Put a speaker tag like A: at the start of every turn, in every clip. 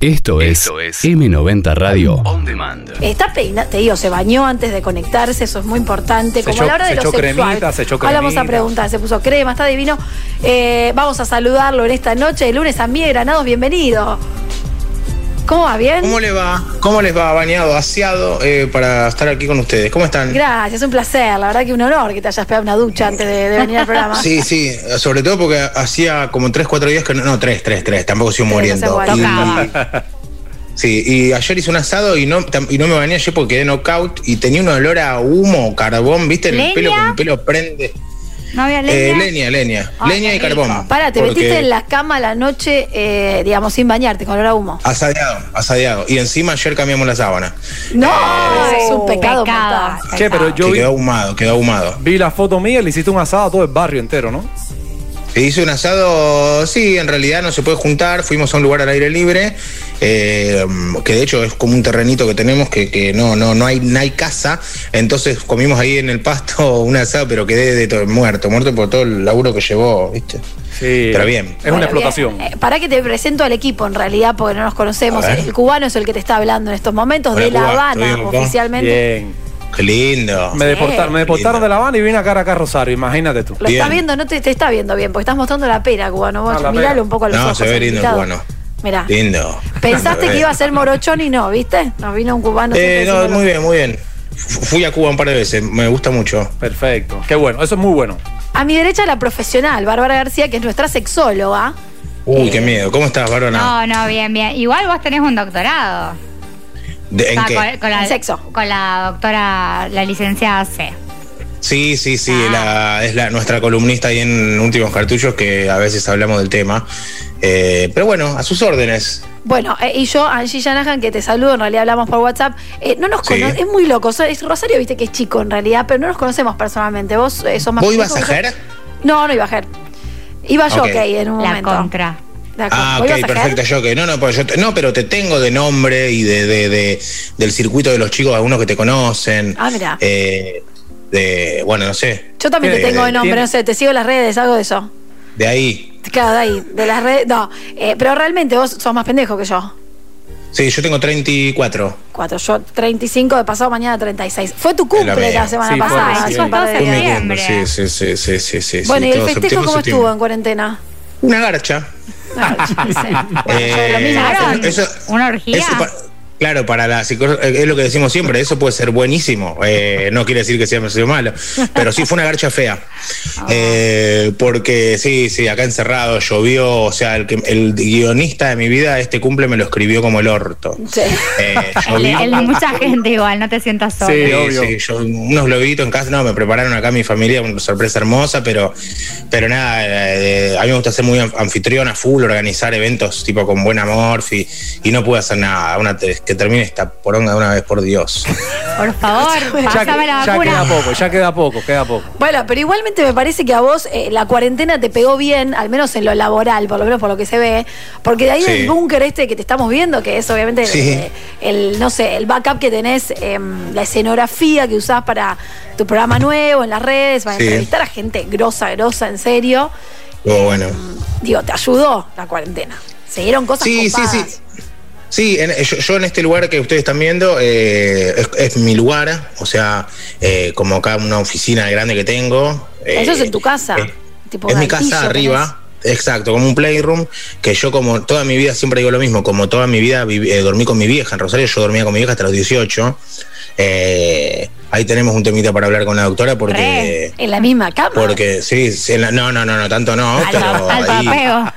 A: Esto es,
B: Esto es
A: M90 Radio.
B: On Demand.
C: Está peinado, te digo, se bañó antes de conectarse, eso es muy importante. Como
D: echó-
C: a la hora de
D: se
C: lo
D: echó
C: sexual.
D: cremita, se echó
C: Ahora vamos a
D: cremita.
C: preguntar, se puso crema, está divino. Eh, vamos a saludarlo en esta noche de lunes a Mie Granados, bienvenido. ¿Cómo va? ¿Bien?
E: ¿Cómo le va? ¿Cómo les va? Bañado, aseado eh, para estar aquí con ustedes. ¿Cómo están?
C: Gracias, un placer, la verdad que un honor que te hayas pegado una ducha antes de, de venir al programa.
E: Sí, sí, sobre todo porque hacía como 3, 4 días que no, no 3, 3, 3, tampoco soy un
C: Tres, no sé
E: muriendo.
C: cuál.
E: Y-
C: Tocaba.
E: sí, y ayer hice un asado y no, tam- y no me bañé ayer porque quedé knockout y tenía un olor a humo, carbón, ¿viste? En el
F: ¿Leña?
E: pelo, con el pelo prende.
F: No había leña.
E: Eh, leña, leña,
F: Ah,
E: leña y
F: qué
E: carbón.
F: rico.
C: Para, te
E: Porque-
C: metiste en la cama la noche, eh, digamos, sin bañarte, con olor a humo.
E: Asadeado, asadeado. Y encima ayer cambiamos la sábana.
C: No,
D: Eh,
C: eso es un pecado.
F: Pecado.
C: mortal.
D: Che, pero yo
E: que
D: vi,
E: quedó ahumado, quedó ahumado.
D: vi la foto mía y le hiciste un asado a todo el barrio entero, ¿no?
E: E Hice un asado, sí, en realidad no se puede juntar, fuimos a un lugar al aire libre, eh, que de hecho es como un terrenito que tenemos, que, que no, no, no hay, no hay casa, entonces comimos ahí en el pasto un asado, pero quedé de todo, muerto, muerto por todo el laburo que llevó, ¿viste?
D: Sí.
E: Pero bien.
D: Es
C: Bueno,
D: una explotación.
C: bien. Eh, Para que te presento al equipo, en realidad, porque no nos conocemos.
E: A ver.
C: El cubano es el que te está hablando en estos momentos,
E: Hola,
C: de La
E: Cuba. ¿Todo
C: Habana,
E: bien, papá?
C: oficialmente.
D: Bien.
E: Qué lindo.
D: Me deportaron, me deportaron de La Habana y vine acá acá a Rosario, imagínate tú.
C: Lo está
E: Bien.
C: viendo, no te, te está viendo bien, porque estás mostrando la pera, cubano. Vos
D: Ah, la
C: miralo
D: pera.
C: un poco a los
E: No,
C: ojos.
E: se ve
C: al
E: lindo el
C: invitado.
E: cubano.
C: Mirá.
E: Lindo.
C: Pensaste que iba a ser morochón y no, ¿viste? Nos vino un cubano. siempre
E: Eh, no,
C: diciéndolo.
E: muy bien, muy bien. Fu- Fui a Cuba un par de veces, me gusta mucho.
D: Perfecto. Qué bueno, eso es muy bueno.
C: A mi derecha, la profesional, Bárbara García, que es nuestra sexóloga.
E: Uy, qué miedo. ¿Cómo estás, varona?
F: No, no, bien, bien. Igual vos tenés un doctorado.
E: De- ¿En
F: O sea,
E: qué?
F: Con, con la,
C: En sexo.
F: Con la doctora, la licenciada C.
E: Sí, sí, sí,
F: Ah.
E: la- es la, nuestra columnista ahí en Últimos Cartullos que a veces hablamos del tema. Eh, pero bueno, a sus órdenes.
C: Bueno, eh, y yo, Angie Shanahan, que te saludo, en realidad hablamos por WhatsApp. Eh, no nos
E: Sí.
C: cono- es muy loco. so- es- Rosario, viste que es chico en realidad, pero no nos conocemos personalmente. Vos eh, sos más
E: ¿Vos
C: chico
E: ibas
C: que
E: a
C: yo.
E: Jer?
C: No, no iba a Ger. Iba yo,
E: Ok.
C: ok, en un
F: La
C: momento.
F: contra.
C: La con-
E: Ah,
C: ¿Vos ibas
E: ok,
C: a Ger?
E: perfecto, yo que no, no, pues yo te- no, pero te tengo de nombre y de, de- de- del circuito de los chicos, algunos que te conocen.
C: Ah, mirá.
E: Eh, de, bueno, no sé,
C: Yo también te
E: Tiene-
C: tengo de nombre,
D: tiene-
C: no sé, te sigo en las redes, algo de eso.
E: de ahí.
C: Claro, de ahí, de las redes. No, eh, pero realmente vos sos más pendejo que yo.
E: Sí, yo tengo 34.
C: Cuatro, yo 35, de pasado mañana 36. Fue tu
E: la
C: cumple
E: mía.
C: la semana
D: Sí, fue
C: pasada.
D: recién.
C: hace un par de
F: Fue mi
C: días.
E: Me
F: Bien,
E: cumplo,
F: hombre.
E: sí, sí, sí, sí, sí, sí.
C: Bueno,
E: sí,
C: ¿y el festejo
E: todo septiembre,
C: cómo
E: septiembre.
C: estuvo en cuarentena?
E: Una garcha.
C: Ah, yo sé. Yo lo
E: Eh,
C: mismo.
F: ¿Sacaron una orgía?
E: eso pa- claro, para la psico- eh, es lo que decimos siempre, eso puede ser buenísimo. Eh, no quiere decir que sea sido malo, pero sí fue una garcha fea. Eh, porque sí, sí, acá encerrado llovió, o sea, el, que- el guionista de mi vida, este cumple me lo escribió como el orto.
C: Sí.
E: Eh,
F: El-
E: llovió.
F: el- mucha gente igual, no te sientas solo.
D: Sí.
E: Sí,
D: obvio.
E: sí, yo unos globitos en casa, no, me prepararon acá mi familia, una sorpresa hermosa, pero, pero nada, eh, eh, a mí me gusta ser muy anfitrión a full, organizar eventos tipo con buen amor y, y no pude hacer nada, una, te- que termine esta poronga de una vez por Dios.
F: Por favor,
D: Ya,
F: pásame la
D: ya queda
F: vacuna.
D: poco, ya queda poco, queda poco.
C: Bueno, pero igualmente me parece que a vos eh, la cuarentena te pegó bien, al menos en lo laboral, por lo menos por lo que se ve, porque de ahí
E: Sí.
C: del búnker este que te estamos viendo, que es obviamente
E: Sí.
C: eh, el, no sé, el backup que tenés, em, la escenografía que usás para tu programa nuevo, en las redes, para
E: Sí.
C: entrevistar a gente grosa, grosa, en serio,
E: Pero bueno.
C: digo, te ayudó la cuarentena. Se dieron cosas
E: Sí, sí,
C: copadas.
E: sí. Sí, en- yo, yo en este lugar que ustedes están viendo eh, es, es mi lugar, o sea, eh, como acá una oficina grande que tengo. eh,
C: Eso es en tu casa, tipo
E: es mi
C: gatillo
E: casa
C: tenés.
E: arriba. Exacto, como un playroom, que yo como toda mi vida, siempre digo lo mismo, como toda mi vida vivi- eh, dormí con mi vieja, en Rosario yo dormía con mi vieja hasta los 18, eh, ahí tenemos un temita para hablar con la doctora porque,
C: En la misma cama.
E: porque sí, sí, en la- no, no, no, no, tanto no,
F: Al,
E: pero
F: pa- al
E: ahí-
F: papeo.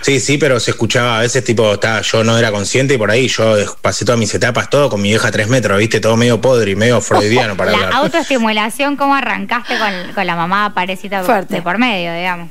E: Sí, sí, pero se escuchaba a veces, tipo, está, yo no era consciente y por ahí yo eh, pasé todas mis etapas, todo con mi vieja a tres metros, viste, todo medio podre y medio freudiano para
F: La
E: hablar.
F: autoestimulación, ¿cómo arrancaste con, con la mamá parecita
C: Fuerte.
F: de por medio, digamos?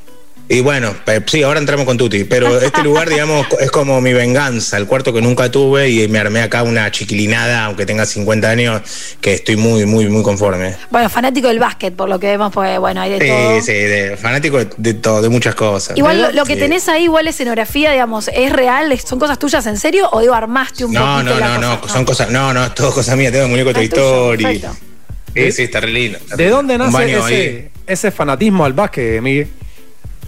E: Y bueno, pe- sí, ahora entramos con Tuti, pero este lugar, digamos, co- es como mi venganza, el cuarto que nunca tuve y me armé acá una chiquilinada, aunque tenga 50 años, que estoy muy, muy, muy conforme.
C: Bueno, fanático del básquet, por lo que vemos, porque bueno, hay de
E: Sí,
C: todo.
E: sí, de- fanático de, de todo, de muchas cosas.
C: Igual lo, lo que
E: Sí.
C: tenés ahí, igual escenografía, digamos, ¿es real? ¿Es- ¿Son cosas tuyas en serio? ¿O digo, armaste un
E: No,
C: poquito
E: no,
C: la
E: no,
C: cosa?
E: no, son cosas, no, no, es todo cosa mía, tengo el muñeco de
C: Ah,
E: Toy
C: es tuyo,
E: Story.
C: perfecto.
E: Sí, sí, está re lindo. está re
D: ¿De
E: lindo.
D: dónde
E: Un
D: nace
E: baño ahí.
D: ese, ese fanatismo al básquet, Miguel?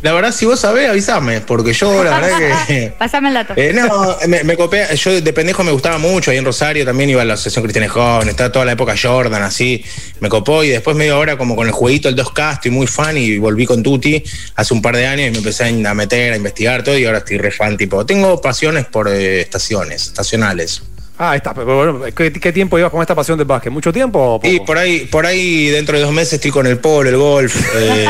E: La verdad, si vos sabés, avísame, porque yo la verdad que...
F: Pásame el dato.
E: Eh, no, me, me copé, yo de pendejo me gustaba mucho, ahí en Rosario también iba a la Asociación Cristianes Jóvenes, estaba toda la época Jordan, así, me copó y después medio ahora como con el jueguito, el 2K, estoy muy fan y volví con Tuti hace un par de años y me empecé a meter, a investigar todo y ahora estoy re fan, tipo, tengo pasiones por eh, estaciones, estacionales.
D: Ah, está. Pero, bueno, ¿qué, qué tiempo llevas con esta pasión del básquet? ¿Mucho tiempo o poco?
E: Y por ahí, por ahí dentro de dos meses estoy con el polo, el golf. eh,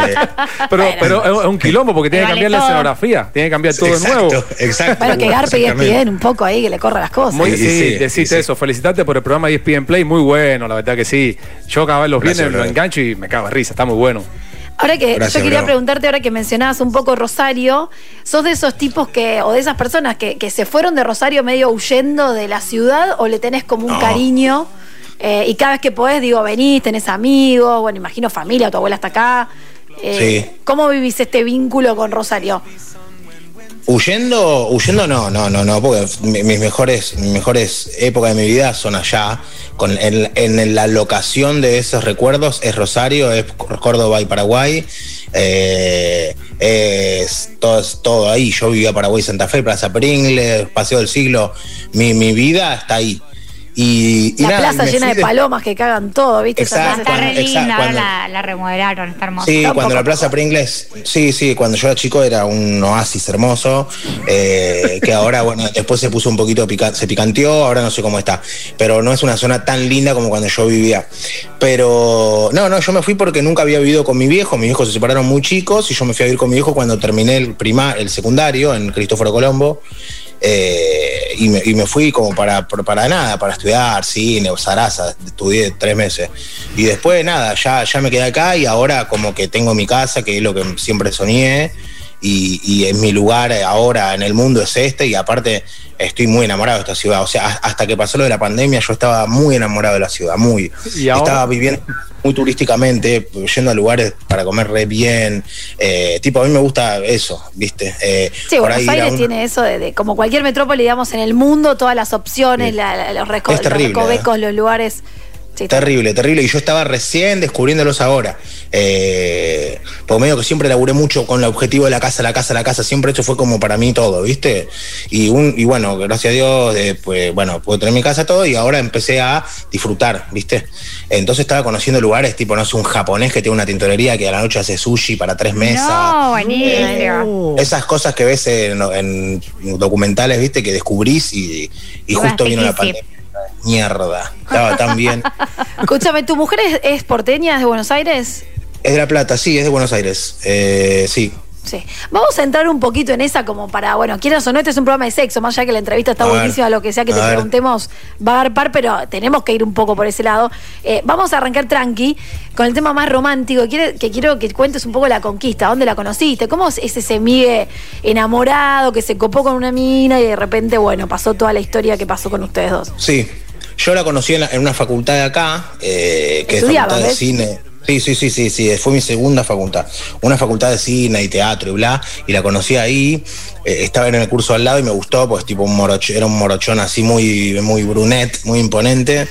D: Pero, pero es- es un quilombo porque tiene que
F: Vale
D: cambiar la
F: todo.
D: escenografía, tiene que cambiar todo
E: exacto,
D: de nuevo.
E: exacto.
C: Bueno, que Garpe y
E: exactamente.
C: ESPN un poco ahí, que le corra las cosas.
D: Muy, sí,
E: Sí, sí,
D: deciste
E: sí, sí.
D: eso. Felicitarte por el programa E ESPN Play, muy bueno, la verdad que sí. Yo cada vez los
E: Gracias,
D: viernes lo
E: brother.
D: engancho y me cago en risa, está muy bueno.
C: Ahora que yo
E: Gracias,
C: quería
E: bravo.
C: preguntarte, ahora que mencionabas un poco Rosario, ¿sos de esos tipos que, o de esas personas que, que se fueron de Rosario medio huyendo de la ciudad o le tenés como un
E: No.
C: cariño? Eh, y cada vez que podés, digo, venís, tenés amigos, bueno, imagino familia, tu abuela está acá. Eh,
E: Sí.
C: ¿Cómo vivís este vínculo con Rosario?
E: Huyendo, huyendo no, no, no, no, porque mi- mis mejores, mis mejores épocas de mi vida son allá, con en, en la locación de esos recuerdos es Rosario, es Córdoba y Paraguay, eh, es todo, es todo ahí, yo vivía Paraguay, Santa Fe, Plaza Pringles, Paseo del Siglo, mi, mi vida está ahí. Y, y
C: La
E: nada,
C: plaza
E: me
C: llena
E: fui
C: de palomas que cagan todo, ¿viste? Esa
E: Exacto.
C: plaza está-
F: está re
E: cuando-
F: linda,
E: exacto,
F: ahora
E: cuando-
F: la, la remodelaron, está hermosa.
E: Sí,
C: Está un
E: cuando
C: poco
E: la Plaza Pringles, sí, sí, cuando yo era chico era un oasis hermoso, eh, que ahora, bueno, después se puso un poquito, pica- se picanteó, ahora no sé cómo está, pero no es una zona tan linda como cuando yo vivía. Pero, no, no, yo me fui porque nunca había vivido con mi viejo, mis viejos se separaron muy chicos y yo me fui a vivir con mi viejo cuando terminé el, prima, el secundario en Cristóforo Colombo. Eh, y, me, y me fui como para, por- para nada, para estudiar cine o zaraza, estudié tres meses. Y después nada, ya, ya me quedé acá y ahora como que tengo mi casa, que es lo que siempre soñé, y, y en mi lugar ahora en el mundo es este, y aparte estoy muy enamorado de esta ciudad. O sea, a- hasta que pasó lo de la pandemia yo estaba muy enamorado de la ciudad, muy.
D: Y ahora-
E: Estaba viviendo muy turísticamente, yendo a lugares para comer re bien. Eh, tipo, a mí me gusta eso, ¿viste? Eh,
C: Sí,
E: por
C: Buenos
E: ahí ir a
C: Aires
E: un-
C: tiene eso de, de- como cualquier metrópoli, digamos, en el mundo, todas las opciones,
E: Sí.
C: la- la- los, reco-
E: Es terrible, ¿eh?
C: los recovecos, los lugares. Sí,
E: Terrible, terrible. Y yo estaba recién descubriéndolos ahora. Eh, porque medio que siempre laburé mucho con el objetivo de la casa, la casa, la casa. Siempre esto fue como para mí todo, ¿viste? Y, un, y bueno, gracias a Dios, eh, pues bueno, pude tener mi casa todo y ahora empecé a disfrutar, ¿viste? Entonces estaba conociendo lugares tipo, no sé, un japonés que tiene una tintorería que a la noche hace sushi para tres mesas.
F: No, buenísimo.
D: Oh.
E: Esas cosas que ves en, en documentales, viste, que descubrís y, y
F: Y
E: justo
F: vas
E: vino la
F: tequisi.
E: pandemia. Mierda. Estaba tan bien.
C: Escúchame, ¿tu mujer es, es porteña, es de Buenos Aires?
E: Es de La Plata, sí, es de Buenos Aires. Eh, sí.
C: Sí. Vamos a entrar un poquito en esa como para, bueno, quieras o no, este es un programa de sexo, más allá que la entrevista está
E: A ver.
C: buenísima, lo que sea que
E: A
C: te
E: ver.
C: preguntemos va a agarpar, pero tenemos que ir un poco por ese lado. Eh, vamos a arrancar tranqui con el tema más romántico, quiere- que quiero que cuentes un poco la conquista, dónde la conociste, cómo es ese semigue enamorado que se copó con una mina y de repente, bueno, pasó toda la historia que pasó con ustedes dos.
E: Sí. Yo la conocí en, la- en una facultad de acá, eh, que es
C: Estudiabas,
E: facultad de
C: ¿ves?
E: cine. Sí, sí, sí, sí, sí, fue mi segunda facultad. Una facultad de cine y teatro y bla, y la conocí ahí, eh, estaba en el curso al lado y me gustó, pues tipo un morocho, era un morochón así muy, muy brunet, muy imponente.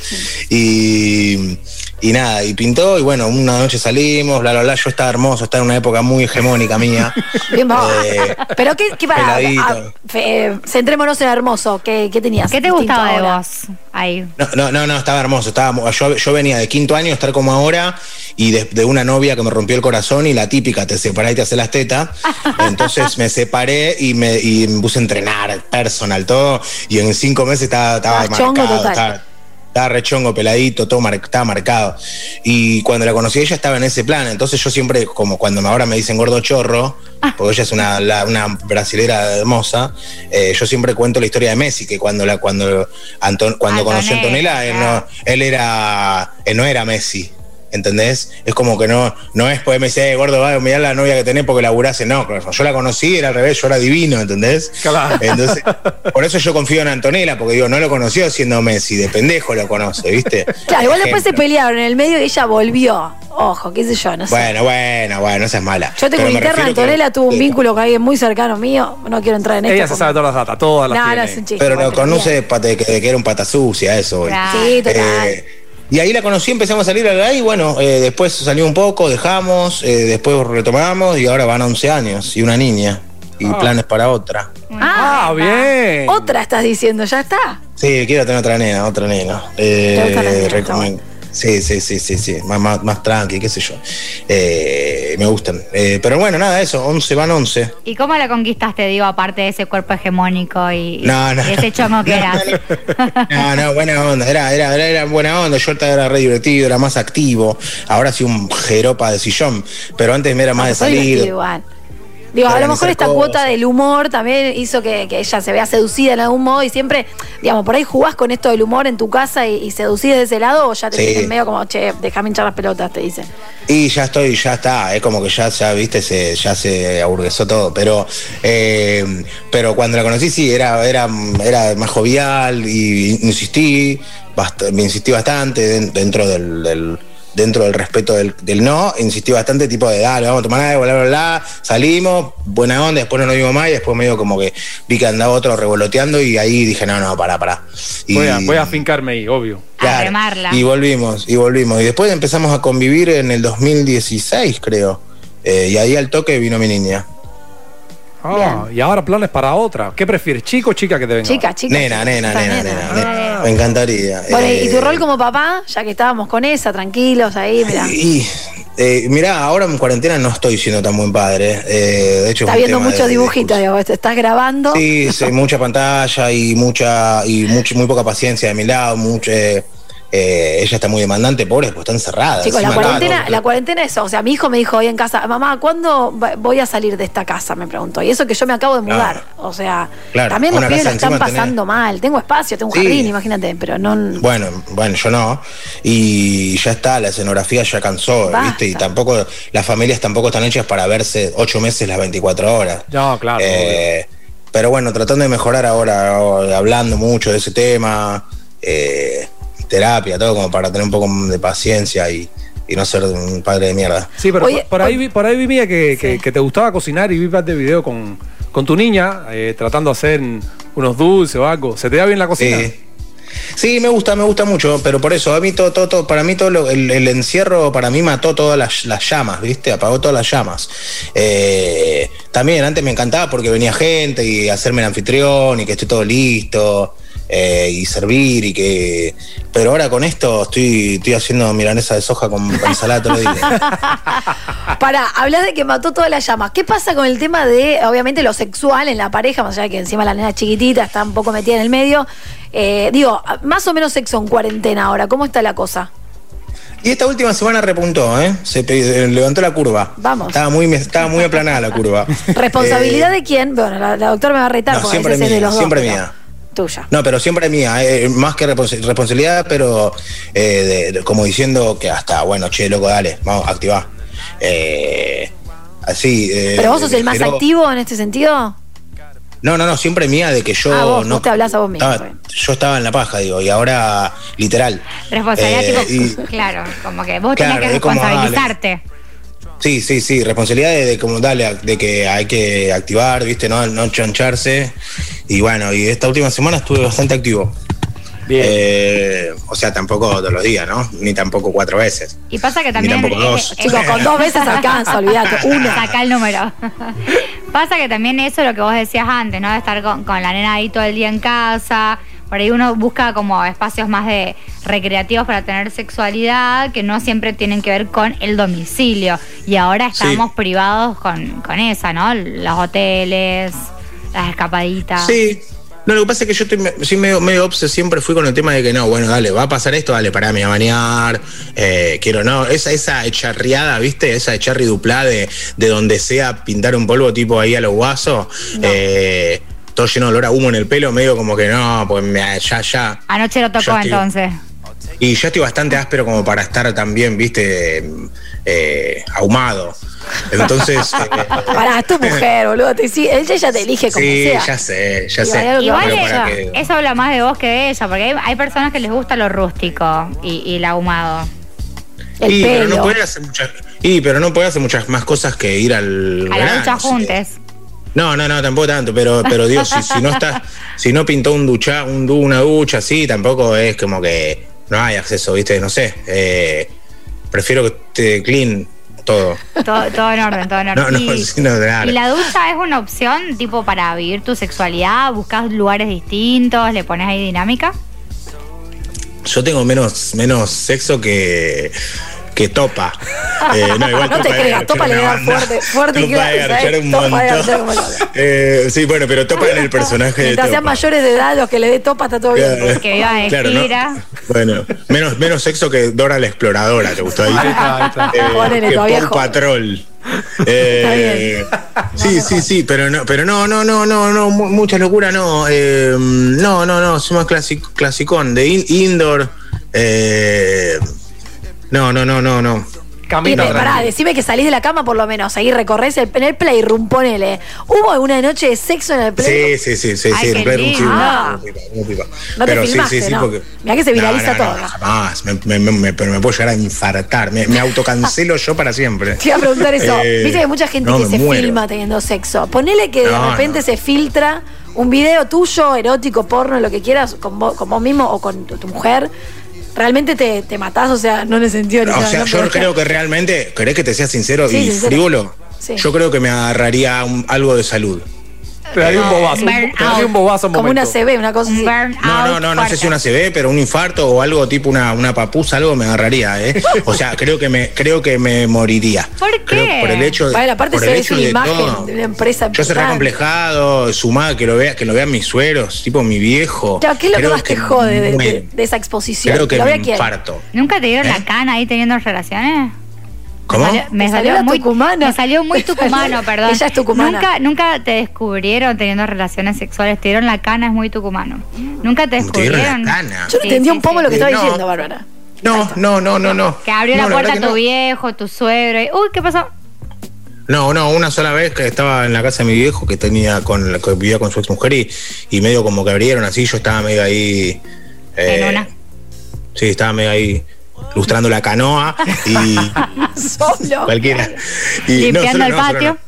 E: Y, y nada, y pintó, y bueno, una noche salimos, bla, bla, bla, yo estaba hermoso, estaba en una época muy hegemónica mía.
C: Bien, vamos.
E: Eh,
C: Pero qué, qué para,
E: peladito.
C: a- fe- eh, centrémonos en hermoso, ¿qué, qué tenías?
F: ¿Qué te
C: distinto
F: gustaba de
C: ahora?
F: vos? Ahí.
E: No, no, no, no, estaba hermoso. Estaba, mu- yo, yo venía de quinto año, estar como ahora, y de, de una novia que me rompió el corazón y la típica, te separás y te hace las tetas. Entonces me separé y me, y me puse a entrenar, personal, todo. Y en cinco meses estaba, estaba
C: Estabas
E: marcado.
C: Ah, chongo total.
E: estaba- estaba rechongo, peladito, todo mar- estaba marcado. Y cuando la conocí, ella estaba en ese plan. Entonces yo siempre, como cuando me- ahora me dicen gordo chorro, porque ella es una, la- una brasilera hermosa, eh, yo siempre cuento la historia de Messi, que cuando la, cuando Anton- cuando conocí a Antonella, él no, él era, él no era Messi. ¿Entendés? Es como que no, no es porque me dice, "Eh, gordo, va, mirá la novia que tenés porque laburase. No, yo la conocí, era al revés, yo era divino, ¿entendés?
D: Claro.
E: Entonces, por eso yo confío en Antonella, porque digo, no lo conoció siendo Messi, de pendejo lo conoce, ¿viste?
C: Claro, igual después se
E: Ejemplo.
C: pelearon en el medio y ella volvió. Ojo, qué sé yo, no sé.
E: Bueno, bueno, bueno, esa es mala.
C: yo tengo
E: Pero
C: una
E: me
C: interna,
E: refiero que-
C: Antonella tuvo un
E: Sí.
C: vínculo con alguien muy cercano mío. No quiero entrar en esto.
D: Ella se
C: porque-
D: sabe todas las datas, todas las
C: No, no,
D: tiene.
C: es un chiste.
E: Pero
C: igual,
E: lo conoce de, pata- de que de que era un pata sucia, eso. voy.
F: Claro.
C: Sí, total.
E: Eh, Y ahí la conocí, empezamos a salir a la y bueno, eh, después salió un poco, dejamos, eh, después retomamos y ahora van 11 años y una niña y
D: Ah.
E: planes para otra.
D: Ah, bien.
C: Otra estás diciendo, ya está.
E: Sí, quiero tener otra nena, otra nena. Eh,
C: Te gusta la nena,
E: recomiendo. Sí, sí, sí, sí, sí. Más, más, más tranqui, qué sé yo. Eh, me gustan. Eh, pero bueno, nada, eso, 11 van 11.
F: ¿Y cómo la conquistaste, digo, aparte de ese cuerpo hegemónico y, y
E: No, no.
F: ese chongo que
E: No,
F: eras?
E: No, no, buena onda, era, era, era, era buena onda, yo era re divertido, era más activo, ahora soy un jeropa de sillón, pero antes me era más de
C: Ah, pues Soy divertido
E: salir.
C: igual. Digo, a lo
E: Organizar
C: mejor esta
E: cosas.
C: cuota del humor también hizo que, que ella se vea seducida en algún modo y siempre, digamos, por ahí jugás con esto del humor en tu casa y, y seducís de ese lado o ya te
E: Sí.
C: dicen medio como, che, déjame hinchar las pelotas, te dicen.
E: Y ya estoy, ya está, es como que ya, ya viste, se, ya se aburguesó todo, pero, eh, pero cuando la conocí sí, era, era, era más jovial y insistí, bast- me insistí bastante den- dentro del... del- dentro del respeto del, del no, insistí bastante tipo de dale, vamos a tomar algo, bla, bla, bla, salimos, buena onda, después no nos vimos más y después medio como que vi que andaba otro revoloteando y ahí dije, no, no, pará, pará. Y-
D: Voy a, voy a fincarme ahí, obvio.
F: A remarla.
E: y volvimos, y volvimos. Y después empezamos a convivir en el 2016, creo. Eh, y ahí al toque vino mi niña.
D: Ah, y ahora planes para otra. ¿Qué prefieres, chico o chica que te venga?
C: Chica, chica.
E: nena, nena,
C: Esta
E: nena, nena, nena.
F: Ah.
E: Me encantaría.
C: Bueno, y tu
E: Eh,
C: rol como papá, ya que estábamos con esa, tranquilos ahí, mirá.
E: Y, eh, mirá, ahora en cuarentena no estoy siendo tan buen padre. eh, de hecho, es
C: Está
E: un
C: viendo
E: tema de-
C: muchos
E: de
C: dibujitos,
E: discusión.
C: digo, te estás grabando.
E: Sí, sí, mucha pantalla y mucha y mucho, muy poca paciencia de mi lado. Mucho, eh, eh, ella está muy demandante, pobre, pues está encerrada.
C: Chicos, la
E: encima,
C: cuarentena,
E: claro.
C: la cuarentena es eso. O sea, mi hijo me dijo hoy en casa, mamá, ¿cuándo va- voy a salir de esta casa? Me preguntó. Y eso que yo me acabo de mudar. O sea,
E: Claro,
C: también los
E: una
C: pibes la
E: casa
C: están
E: encima tenés-
C: pasando mal. Tengo espacio, tengo un
E: Sí.
C: jardín, imagínate, pero no.
E: Bueno, bueno, yo no. Y ya está, la escenografía ya cansó,
C: Basta.
E: ¿viste? Y tampoco, las familias tampoco están hechas para verse ocho meses las 24 horas.
D: No, claro.
E: Eh, pero bueno, tratando de mejorar ahora, o- hablando mucho de ese tema, eh, terapia, todo como para tener un poco de paciencia y, y no ser un padre de mierda.
D: Sí, pero
C: Oye,
D: por, por ahí, vi- por ahí vivía que, que-
C: Sí.
D: que te gustaba cocinar y vi parte de video con, con tu niña eh, tratando de hacer unos dulces o algo. ¿Se te da bien la cocina?
C: Eh,
E: Sí. Sí, me gusta, me gusta mucho, pero por eso, a mí todo, todo, todo- para mí todo lo- el, el encierro para mí mató todas las, las llamas, ¿viste? Apagó todas las llamas. Eh, también antes me encantaba porque venía gente y hacerme el anfitrión y que estoy todo listo eh, y servir y que. Pero ahora con esto estoy, estoy haciendo milanesa de soja con ensalada todo el día.
C: Para, hablas de que mató todas las llamas. ¿Qué pasa con el tema de, obviamente, lo sexual en la pareja? Más allá de que encima la nena es chiquitita está un poco metida en el medio. Eh, digo, más o menos sexo en cuarentena ahora. ¿Cómo está la cosa?
E: Y esta última semana repuntó, ¿eh? Se pe- levantó la curva.
C: Vamos.
E: Estaba muy, estaba muy aplanada la curva.
C: ¿Responsabilidad
E: Eh,
C: de quién? Bueno, la, la doctora me va a retar
E: No,
C: porque a
E: siempre
C: veces es de
E: mía,
C: los
E: siempre
C: dos. pero
E: mía.
C: Tuya.
E: No, pero siempre mía, eh, más que respons- responsabilidad, pero eh, de- de- como diciendo que hasta, bueno, che, loco, dale, vamos, activá. Eh, así. eh,
C: ¿Pero vos sos el más
E: pero-
C: activo en este sentido?
E: No, no, no, siempre mía de que yo.
C: Ah, vos,
E: no,
C: vos te hablás a vos mismo,
E: estaba-
C: bueno.
E: yo estaba en la paja, digo, y ahora, literal.
F: Responsabilidad,
E: Eh,
F: tipo,
E: y-
F: claro, como que vos
E: Claro,
F: tenés que
E: es como, dale.
F: responsabilizarte.
E: Sí, sí, sí, responsabilidad de, de como dale, de que hay que activar, viste, no, no choncharse. Y bueno, y esta última semana estuve bastante activo.
D: Bien.
E: Eh, o sea, tampoco todos los días, ¿no? Ni tampoco cuatro veces.
F: Y pasa que también.
E: tampoco dos.
C: Chicos, con dos veces alcanza, olvídate. Una.
F: Saca el número. Pasa que también eso es lo que vos decías antes, ¿no? De estar con, con la nena ahí todo el día en casa. Por ahí uno busca como espacios más de recreativos para tener sexualidad que no siempre tienen que ver con el domicilio. Y ahora estamos privados con, con esa, ¿no? Los hoteles, las escapaditas.
E: Sí. No, lo que pasa es que yo estoy me- sí, medio, medio obse, siempre fui con el tema de que no, bueno, dale, va a pasar esto, dale, pará, me voy a bañar, eh, quiero, no, esa, esa echarriada, ¿viste? Esa echarri duplá de, de donde sea pintar un polvo tipo ahí a los guasos, eh, todo lleno de olor a humo en el pelo, medio como que no, pues me- ya, ya.
F: Anoche lo
E: Yo
F: tocó
E: estoy-
F: entonces.
E: Y yo estoy bastante áspero como para estar también, ¿viste? Eh, ahumado. Entonces... eh,
C: Pará, es tu mujer, boludo. Te, sí, ella ya te elige como
E: sí,
C: sea.
E: ya sé, ya
C: Y hay
E: sé.
C: algo
E: Pero
F: Igual
C: Pero
F: es-
E: para
C: ella.
E: que-
F: eso habla más de vos que de ella, porque hay, hay personas que les gusta lo rústico y, y el ahumado.
C: El
E: y,
C: pelo.
E: Pero no podés hacer muchas, y pero no podés hacer muchas más cosas que ir al.
F: A la
E: verano,
F: ducha
E: sí.
F: juntes.
E: No, no, no, tampoco tanto, pero, pero Dios, si, si no estás, si no pintó un ducha, un, du- una ducha así, tampoco es como que no hay acceso, ¿viste? No sé. eh, prefiero que esté clean todo.
F: Todo, todo en orden, todo en orden.
E: No, no,
F: y,
E: sí, no, claro.
F: y la ducha es una opción tipo para vivir tu sexualidad, buscas lugares distintos, le pones ahí dinámica.
E: Yo tengo menos, menos sexo que, que topa. Eh, no, igual
C: No te
E: de
C: creas,
E: Garchar
C: topa le
E: una
C: da
E: banda.
C: fuerte, fuerte y
E: Topa de
C: claro, ¿sabes?
E: Garchar un
C: Topa de
E: montón.
C: Garchar como lo habla.
E: Eh, sí, bueno, pero topa en el personaje de
C: Mientras sean
E: topa.
C: mayores de edad, los que le dé topa está todo bien.
E: Eh, Claro.
F: Que viva de
E: ¿no?
F: gira.
E: Bueno, menos, menos sexo que Dora la exploradora, ¿te gustó ahí?
D: Ahí está, ahí está.
E: Eh,
C: Ponele,
E: que
C: todavía
E: Paw
C: joven.
E: Patrol. Eh, sí, sí, sí, pero no, pero no, no, no, no, no, mu- mucha locura, no, eh, no, no, no, soy más clásico, clasicón, de in- indoor, eh, no, no, no, no, no,
C: Y
D: Camina
C: me- pará,
D: tranquilo.
C: decime que salís de la cama por lo menos, ahí recorres el, en el playroom, ponele. ¿Hubo una noche de sexo en el playroom?
E: sí, sí, sí, sí,
F: Ay,
E: sí,
F: qué
E: en Playroom, sí,
F: lindo.
E: sí, sí, sí, sí.
C: No te filmaste, ¿no? Mirá que se viraliza
E: No, no, no,
C: todo.
E: jamás, me, me- me- me- pero me puedo llegar a infartar, me, me autocancelo yo para siempre.
C: Te iba a preguntar eso.
E: Eh,
C: Viste que hay mucha gente
E: no,
C: que
E: me
C: se
E: muero.
C: filma teniendo sexo. Ponele que de
E: No,
C: repente
E: no.
C: se filtra un video tuyo, erótico, porno, lo que quieras, con vos, con vos mismo o con tu, tu mujer. Realmente te, te matás, o sea, no en el sentido
E: O
C: literal,
E: sea,
C: ¿no?
E: yo
C: Pero-
E: creo que realmente, ¿querés que te sea sincero
C: Sí,
E: y
C: sincero.
E: frívolo?
C: Sí.
E: Yo creo que me agarraría un- algo de salud.
D: Te daría un bobazo.
F: Burn
D: Te daría un
F: out.
D: bobazo un
C: Como una
D: momento.
C: CB, una cosa
F: Un
C: así.
F: burnout.
E: No, no, no, no sé
F: fuerte.
E: si una CB, pero un infarto o algo tipo una, una papusa, algo me agarraría, ¿eh? O sea, creo que me, creo que me moriría.
F: ¿Por qué?
E: Creo- por el hecho de.
C: Vale, aparte
E: por
C: se
E: el
C: ve
E: hecho
C: su
E: de
C: imagen
E: todo.
C: de una empresa.
E: Yo soy
C: importante.
E: recomplejado, sumado, que lo vea, que lo vean mis sueros, tipo mi viejo.
C: Claro, ¿Qué es lo que
E: Creo
C: más te
E: me
C: jode de,
E: muero.
C: de- de esa exposición?
E: Creo que
C: ¿Lo
E: me
C: vea quién?
E: infarto.
F: ¿Nunca te dieron
E: ¿Eh?
F: la cana ahí teniendo relaciones?
E: ¿Cómo?
F: Me salió- Me
C: Te
F: salió,
C: salió la
F: muy
C: tucumana.
F: Me salió muy tucumano, perdón.
C: Ella es tucumana.
F: Nunca, nunca te descubrieron teniendo relaciones sexuales. Te dieron la cana, es muy tucumano. Nunca te
E: Te dieron
F: descubrieron.
E: la cana.
C: Yo no
F: Sí,
C: entendí
F: sí,
C: un poco
F: sí.
C: lo que estaba
E: No.
C: diciendo, Bárbara.
E: No, no, no, no, no.
F: Que abrió
E: No,
F: la puerta
E: verdad que
F: tu
E: no.
F: viejo, tu suegro. y- uy, ¿qué pasó?
E: No, no, una sola vez que estaba en la casa de mi viejo que tenía con la que vivía con su ex mujer y, y medio como que abrieron así, yo estaba medio ahí. eh,
F: En una.
E: Sí, estaba medio ahí lustrando la canoa y
C: Solo.
E: cualquiera. Y, no,
F: Limpiando
E: solo
F: el
E: no, solo
F: patio.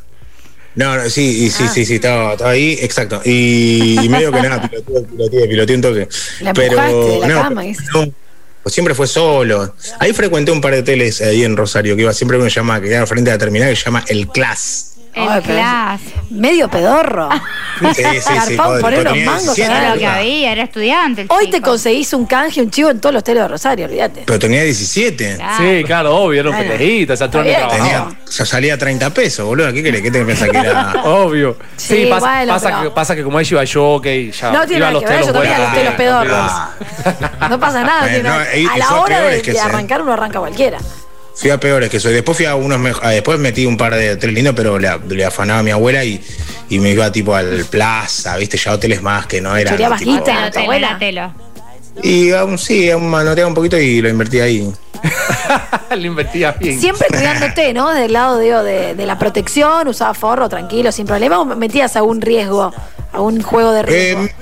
E: No, no, no, sí,
C: Ah.
E: y sí, sí, sí, estaba, estaba ahí, exacto. Y, y medio que nada, piloteé, piloteé, piloteé un toque.
C: La
E: Pero
C: empujaste de la
E: no,
C: cama, dices.
E: no, pues siempre fue solo. Ahí frecuenté un par de teles ahí en Rosario, que iba siempre a una llamada que quedaba frente a la terminal que se llama El Class.
F: El
C: Ay, pero-
F: class.
C: Medio pedorro.
F: Ah,
E: Sí, sí, sí.
C: Garpón, poné
E: joder, tipo,
C: los
E: tenía
C: mangos,
E: 17
C: claro
F: Era lo que
E: boluda.
F: había, era estudiante. el
C: Hoy te
F: chico.
C: conseguís un canje, un chivo en todos los telos de Rosario, olvídate.
E: Pero tenía 17.
F: Ah,
D: Sí, claro, obvio, era un
C: Claro.
D: pendejito, esa
C: Está bien.
E: Tenía,
D: trabajaba.
E: o sea, salía 30 pesos, boludo. ¿Qué querés? ¿Qué te pensás que era?
D: Obvio. Sí,
C: Sí,
D: pasa,
C: bueno,
D: pasa
C: pero-
D: que, pasa que como ella iba yo, ok, ya.
C: No tiene
D: iba a
C: nada que ver, yo también
D: buenos
C: a los telos
D: días,
C: pedorros.
D: ah.
C: No pasa nada.
E: Bueno,
C: tiene nada-
E: y-
C: a
E: y
C: la
E: son
C: hora de,
E: peores que
C: de
E: ese.
C: arrancar uno arranca cualquiera.
E: Fui a peores que eso. Y después fui a unos mej- ah, Después metí un par de hoteles lindos, pero le, le afanaba a mi abuela y, y me iba tipo al plaza, viste, ya hoteles más que no eran.
C: Choreabas
E: tipo-
C: guita.
F: Era
C: tu
F: telo,
C: abuela.
F: era telo.
E: y aún sí, aún manoteaba un poquito y lo invertí ahí.
D: Le invertía bien.
C: Siempre cuidándote, ¿no? Del lado digo, de, de la protección, usaba forro, tranquilo, sin problema, o metías algún riesgo, algún juego de riesgo.
E: Eh,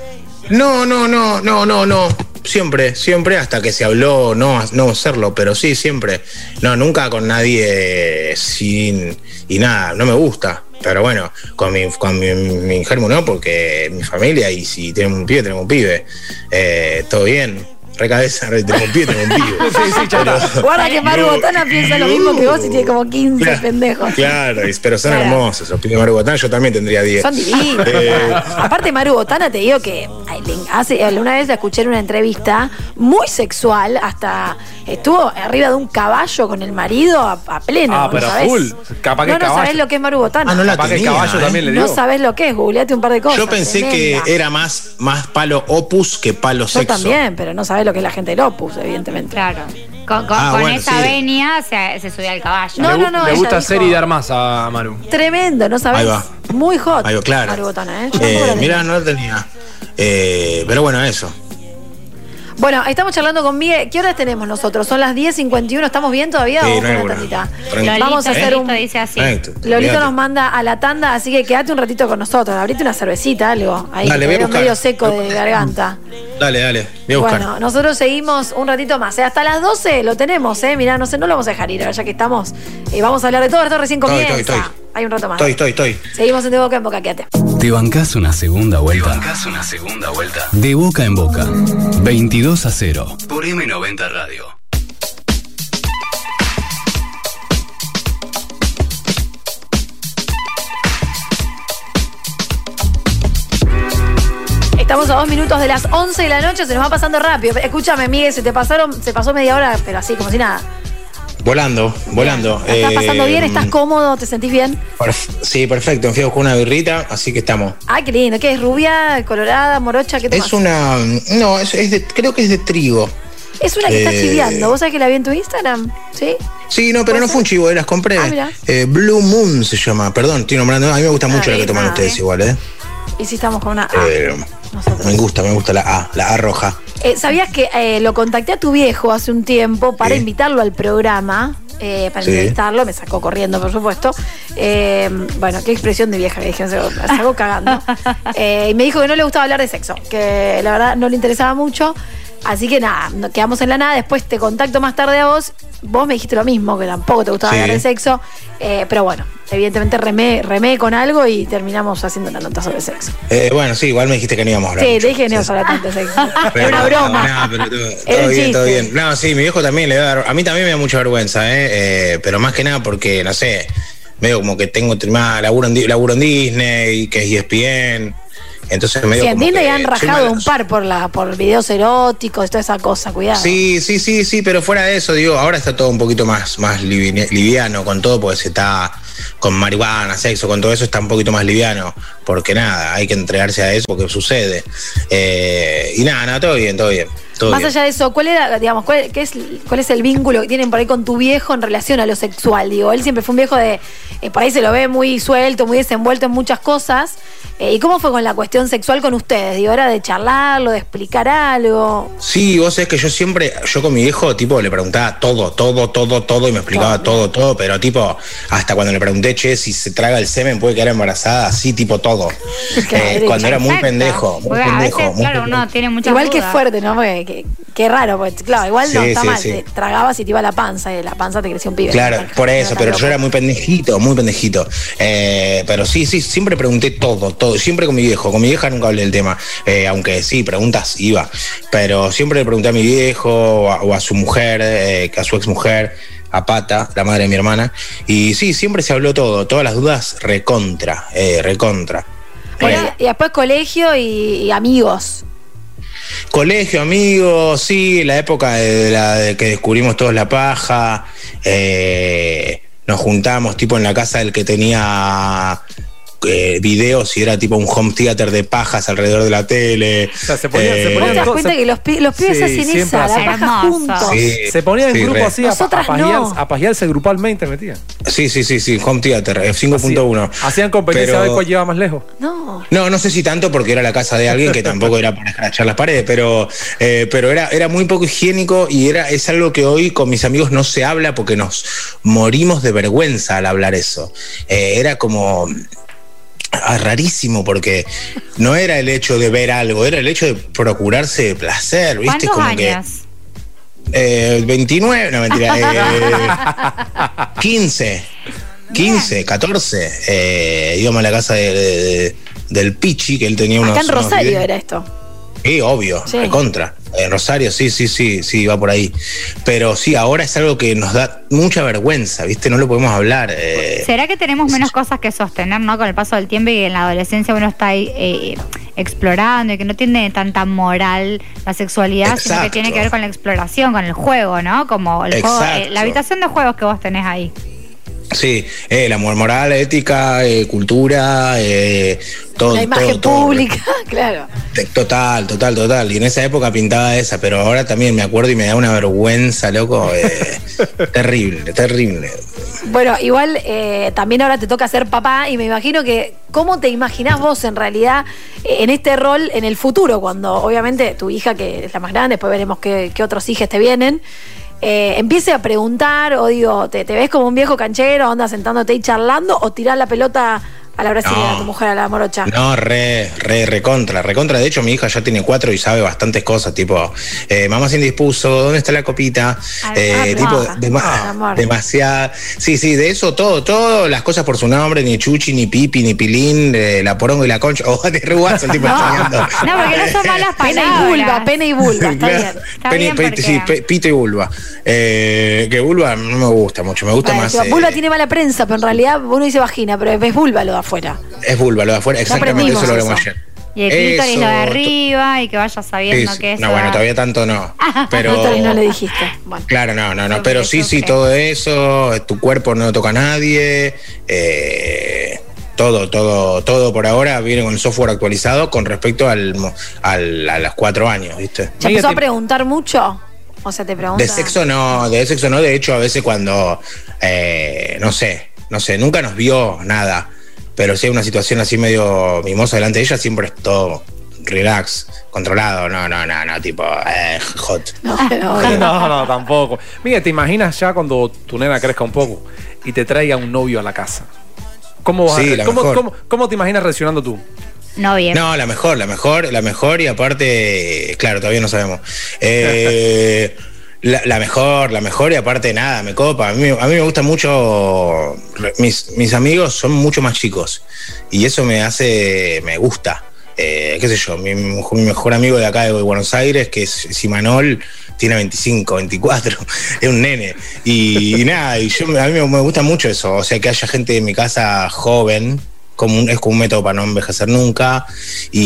E: no, no, no, no, no, no. Siempre, siempre, hasta que se habló no, no hacerlo, pero sí, siempre. No, nunca con nadie eh, sin. Y nada, no me gusta. Pero bueno, con mi, con mi, mi germo no, porque mi familia, y si tenemos un pibe, tenemos un pibe. Eh, Todo bien. Recabeza, re, tenemos un pibe, tenemos un pibe.
D: Sí, sí, ya está.
C: Guarda que Maru
E: no,
C: Botana piensa lo mismo que vos y tiene como 15
E: Claro,
C: pendejos.
E: Claro, y- pero son
C: Claro.
E: hermosos. Los pibes de Maru Botán, yo también tendría 10.
C: Son divinos.
E: Eh.
C: Aparte, Maru Botana, te digo que ay, le- hace, alguna vez la escuché en una entrevista muy sexual, hasta estuvo arriba de un caballo con el marido a, a pleno.
D: Ah,
C: ¿no
D: pero
C: sabés?
D: full. Capaz que
C: No, no
D: caballo.
C: sabés lo que es Maru Botana.
E: Ah, no la
D: Capaz que el
E: tenía,
D: caballo
E: ¿eh?
D: también le dio.
C: No sabés lo que es, googleate un par de cosas.
E: Yo pensé
C: tremenda.
E: que era más, más palo opus que palo
C: Yo
E: sexo.
C: también, pero no sabés lo que es la gente del Opus, evidentemente.
F: Claro. Con, con-
E: Ah,
F: con
E: bueno,
F: esa
E: sí.
F: venia se, se subía al caballo.
C: No,
D: le,
C: no,
D: gu-
C: no,
D: le
C: ella
D: gusta
C: dijo-
D: hacer y dar más a Maru.
C: Tremendo, ¿no sabés?
E: Ahí va.
C: Muy hot.
E: Algo claro.
C: Maru Botana, ¿eh? Yo tampoco la
E: Eh,
C: tenía.
E: mira, no lo tenía. Eh, pero bueno, eso.
C: Bueno, estamos charlando con Miguel. ¿Qué horas tenemos nosotros? Son las 10.51. ¿Estamos bien todavía?
E: Sí,
C: Vamos
E: no
C: con
E: hay
C: una
E: problema.
C: tandita.
E: Tranquilo.
C: Vamos a hacer un.
F: Lolito ¿eh? dice así.
E: Perfecto,
C: Lolito
E: olvídate.
C: nos manda a la tanda, así que quédate un ratito con nosotros. Abrite una cervecita, algo. Ahí que
E: Dale, voy a
C: te veo
E: buscar.
C: medio seco de garganta.
E: Dale, dale. Voy a buscar.
C: Bueno, nosotros seguimos un ratito más. ¿eh? Hasta las 12 lo tenemos, ¿eh? Mirá, no sé, no lo vamos a dejar ir, ahora ya que estamos. Eh, vamos a hablar de todo, esto recién
E: Estoy,
C: comienza.
E: estoy, estoy.
C: Hay un rato más.
E: estoy, estoy, estoy.
C: Seguimos en De Boca en Boca, quédate.
A: Te bancás una segunda vuelta. Te una segunda vuelta. De boca en boca. 22 a 0. Por Por M90 Radio.
C: Estamos a dos minutos de las 11 de la noche, se nos va pasando rápido. Escúchame, Miguel, se te pasaron, se pasó media hora, pero así, como si nada.
E: Volando, volando.
C: ¿La ¿Estás pasando
E: Eh,
C: bien? ¿Estás cómodo? ¿Te sentís bien?
E: perf- Sí, perfecto. Fui a buscar una birrita, así que estamos.
C: Ay, qué lindo. ¿Qué es? ¿Rubia? ¿Colorada? ¿Morocha? ¿Qué tomás?
E: Es una. No, es, es de- creo que es de trigo.
C: Es una que está
E: eh,
C: chiviando. ¿Vos sabés que la vi en tu Instagram? ¿Sí?
E: Sí, no, pero no fue un chivo, eh, las compré.
C: Ah, mirá.
E: Eh, Blue Moon se llama, perdón, estoy nombrando. A mí me gusta mucho la
C: bien,
E: que toman
C: ah,
E: ustedes
F: eh.
E: igual, ¿eh?
C: Y si estamos con una A.
E: Eh,
C: Nosotros.
E: Me gusta, me gusta la A, la A roja.
C: Eh, ¿Sabías que eh, lo contacté a tu viejo hace un tiempo para
E: Sí.
C: invitarlo al programa? eh, para
E: Sí.
C: entrevistarlo, me sacó corriendo, por supuesto. Eh, bueno, qué expresión de vieja, me dije, me sacó cagando. Eh, y me dijo que no le gustaba hablar de sexo, que la verdad no le interesaba mucho. Así que nada, no- quedamos en la nada. Después te contacto más tarde a vos. Vos me dijiste lo mismo, que tampoco te gustaba
E: Sí.
C: hablar de sexo. Eh, pero bueno, evidentemente remé, remé con algo y terminamos haciendo una nota sobre sexo.
E: Eh, bueno, sí, igual me dijiste que no íbamos a hablar.
C: Sí,
E: mucho.
C: te dije que no ibas a hablar tanto de sexo. Era una
E: Pero,
C: broma.
E: No, pero todo,
C: Era
E: todo
C: un
E: bien, todo
C: chiste.
E: bien. No, sí, mi viejo también le da. ver- A mí también me da mucha vergüenza, ¿eh? Eh, Pero más que nada porque, no sé, medio como que tengo más laburo en, Di- laburo en Disney, que es E ESPN. Entonces medio.
C: Sí, en
E: como
C: Disney
E: que
C: han
E: soy
C: rajado
E: mal-
C: un par por la por videos eróticos y toda esa cosa, cuidado.
E: Sí, sí, sí, sí, pero fuera de eso, digo, ahora está todo un poquito más, más livi- liviano con todo, porque se está con marihuana, sexo, con todo eso está un poquito más liviano, porque nada, hay que entregarse a eso porque sucede. Eh, y nada, nada, todo bien, todo bien. todo
C: Más
E: bien.
C: allá de eso, ¿cuál era, digamos, cuál, qué es, cuál es el vínculo que tienen por ahí con tu viejo en relación a lo sexual? Digo, él siempre fue un viejo de, eh, por ahí se lo ve muy suelto, muy desenvuelto en muchas cosas. Eh, ¿Y cómo fue con la cuestión sexual con ustedes? Digo, ¿era de charlarlo, de explicar algo?
E: Sí, vos sabés que yo siempre, yo con mi viejo, tipo, le preguntaba todo, todo, todo, todo, y me explicaba todo, todo, pero tipo, hasta cuando le pregunté, che, si se traga el semen puede quedar embarazada, así, tipo, todo. Eh,
C: derecho.
E: cuando era muy
F: Perfecto.
E: pendejo, muy
F: Porque a
E: pendejo.
F: veces,
E: muy
F: claro,
E: pendejo.
F: uno tiene muchas
C: igual que
F: dudas.
C: fuerte, ¿no? Porque que- qué raro, porque, claro, igual no
E: Sí,
C: está
E: sí,
C: mal.
E: sí.
C: Te tragabas y te iba la panza, y de la panza te crecía un pibe.
E: Claro,
C: No,
E: por
C: no
E: eso,
C: tan
E: pero
C: loco.
E: yo era muy pendejito, muy pendejito. Eh, pero sí, sí, siempre pregunté todo, todo, siempre con mi viejo. Con mi vieja nunca hablé del tema, eh, aunque sí, preguntas iba. Pero siempre le pregunté a mi viejo o a, o a su mujer, eh, a su exmujer, a Pata, la madre de mi hermana. Y sí, siempre se habló todo, todas las dudas recontra, eh, recontra.
C: Bueno,
E: Eh,
C: y después colegio y- y amigos.
E: Colegio, amigos, sí, la época de la de que descubrimos todos la paja, eh, nos juntamos tipo en la casa del que tenía eh, videos y era tipo un home theater de pajas alrededor de la tele. Eh,
D: sea, se ponía- se
C: ¿Vos te
D: ponía-
C: das
D: Entonces-
C: cuenta que los, pi- los pibes
D: Eh, Sí,
C: hacen
D: siempre
C: esa, la
D: hacen.
C: paja
F: Hermoso.
C: juntos?
E: Sí,
D: Se ponían en
E: sí,
D: grupo
E: re.
D: así, a,
C: Nosotras
D: a pajearse-
C: no.
D: a pajearse grupalmente metían.
E: Sí, sí, sí, sí, home theater, eh, 5.1.
D: Hacían competencia
E: Pero-
D: a ver cuál lleva más lejos.
C: No.
E: No, no sé si tanto porque era la casa de alguien que tampoco era para escrachar las paredes, pero, eh, pero era, era muy poco higiénico y era, es algo que hoy con mis amigos no se habla porque nos morimos de vergüenza al hablar eso. Eh, era como ah, rarísimo porque no era el hecho de ver algo, era el hecho de procurarse placer, ¿viste?
F: ¿Cuántos
E: como
F: años?
E: que. eh, 29, no mentira, eh, 15. 15, 14. eh, íbamos a la casa de- de- de- del Pichi, que él tenía unos.
C: Acá en
E: unos
C: Rosario
E: videos.
C: era esto.
E: Sí, obvio,
C: Sí.
E: en contra. En Rosario, sí, sí, sí, sí, va por ahí. Pero sí, ahora es algo que nos da mucha vergüenza, ¿viste? No lo podemos hablar. eh.
F: ¿Será que tenemos menos cosas que sostener, no? Con el paso del tiempo y que en la adolescencia uno está ahí, eh, explorando y que no tiene tanta moral la sexualidad, sino que
E: Exacto.
F: tiene que ver con la exploración, con el juego, ¿no? Como el juego, eh,
E: Exacto.
F: la habitación de juegos que vos tenés ahí.
E: Sí, eh, la mor- moral, ética, eh, cultura, eh, todo.
C: la imagen
E: todo, todo.
C: pública, claro.
E: Te- Total, total, total. Y en esa época pintaba esa, pero ahora también me acuerdo y me da una vergüenza, loco. eh, terrible, terrible.
C: Bueno, igual eh, también ahora te toca ser papá y me imagino que cómo te imaginás vos en realidad eh, en este rol en el futuro, cuando obviamente tu hija, que es la más grande, después veremos qué, qué otros hijas te vienen, eh, empiece a preguntar o digo, te, te ves como un viejo canchero, onda sentándote y charlando o tirás la pelota a la brasileña,
E: No.
C: a tu mujer, a la morocha.
E: No, re, re, recontra, recontra. De hecho, mi hija ya tiene cuatro y sabe bastantes cosas, tipo, eh, mamá sin dispuso, ¿dónde está la copita?
F: Ay,
E: Eh,
C: ah,
E: tipo,
C: ah,
E: dema-
C: ah, amor.
E: demasiada. Sí, sí, de eso todo, todo, las cosas por su nombre, ni Chuchi, ni Pipi, ni Pilín, eh, la porongo y la concha, o de re guaso, el tipo
C: No.
E: enseñando.
F: No, porque no son malas
C: Pena
F: palabras.
C: y vulva, pena y vulva, está
E: Claro.
C: bien.
F: Está
E: Pene-
F: bien
E: pe-
F: porque-
E: sí, pe- pito y vulva. Eh, que vulva no me gusta mucho, me gusta
C: Vale,
E: más.
C: digo,
E: eh,
C: vulva tiene mala prensa, pero en realidad uno dice vagina, pero es vulva lo de afuera.
E: Es vulva, lo de afuera, exactamente,
C: aprendimos
E: eso lo hablamos
C: eso.
E: ayer.
F: Y el clítoris
E: Eso,
F: lo de
E: to-
F: arriba y que vaya sabiendo
E: Sí,
F: que es.
E: No, bueno, todavía tanto no. Pero.
C: No, no le dijiste. Bueno.
E: Claro, no, no, no.
F: Sobre
E: Pero
F: eso,
E: sí, sí,
F: ok.
E: todo eso. Tu cuerpo no toca a nadie. eh, todo, todo, todo por ahora viene con software actualizado con respecto al, mo- al- a los cuatro años, ¿viste?
C: ¿Ya
D: Amiga,
C: empezó a
D: te-
C: preguntar mucho? O sea, te pregunta.
E: De sexo no, de sexo no. De hecho, a veces cuando. eh, no sé, no sé, nunca nos vio nada. Pero si hay una situación así medio mimosa delante de ella, siempre es todo relax, controlado. No, no, no, no, tipo, eh, hot.
C: No, no, no.
D: No, no, tampoco. Mira, ¿te imaginas ya cuando tu nena crezca un poco y te traiga un novio a la casa? ¿Cómo, vas a
E: Sí,
D: re-
E: la
D: cómo,
E: mejor.
D: cómo- cómo te imaginas reaccionando tú?
F: No, bien.
E: No, la mejor, la mejor, la mejor y aparte, claro, todavía no sabemos. Eh, la, la mejor, la mejor y aparte nada, me copa. A mí, a mí me gusta mucho, mis, mis amigos son mucho más chicos y eso me hace, me gusta. Eh, qué sé yo, mi, mejor- mi mejor amigo de acá de Buenos Aires, que es Simanol, tiene 25, 24, es un nene. Y, y nada, y yo, a mí me, me gusta mucho eso, o sea, que haya gente en mi casa joven, como un- es como un método para no envejecer nunca. Y,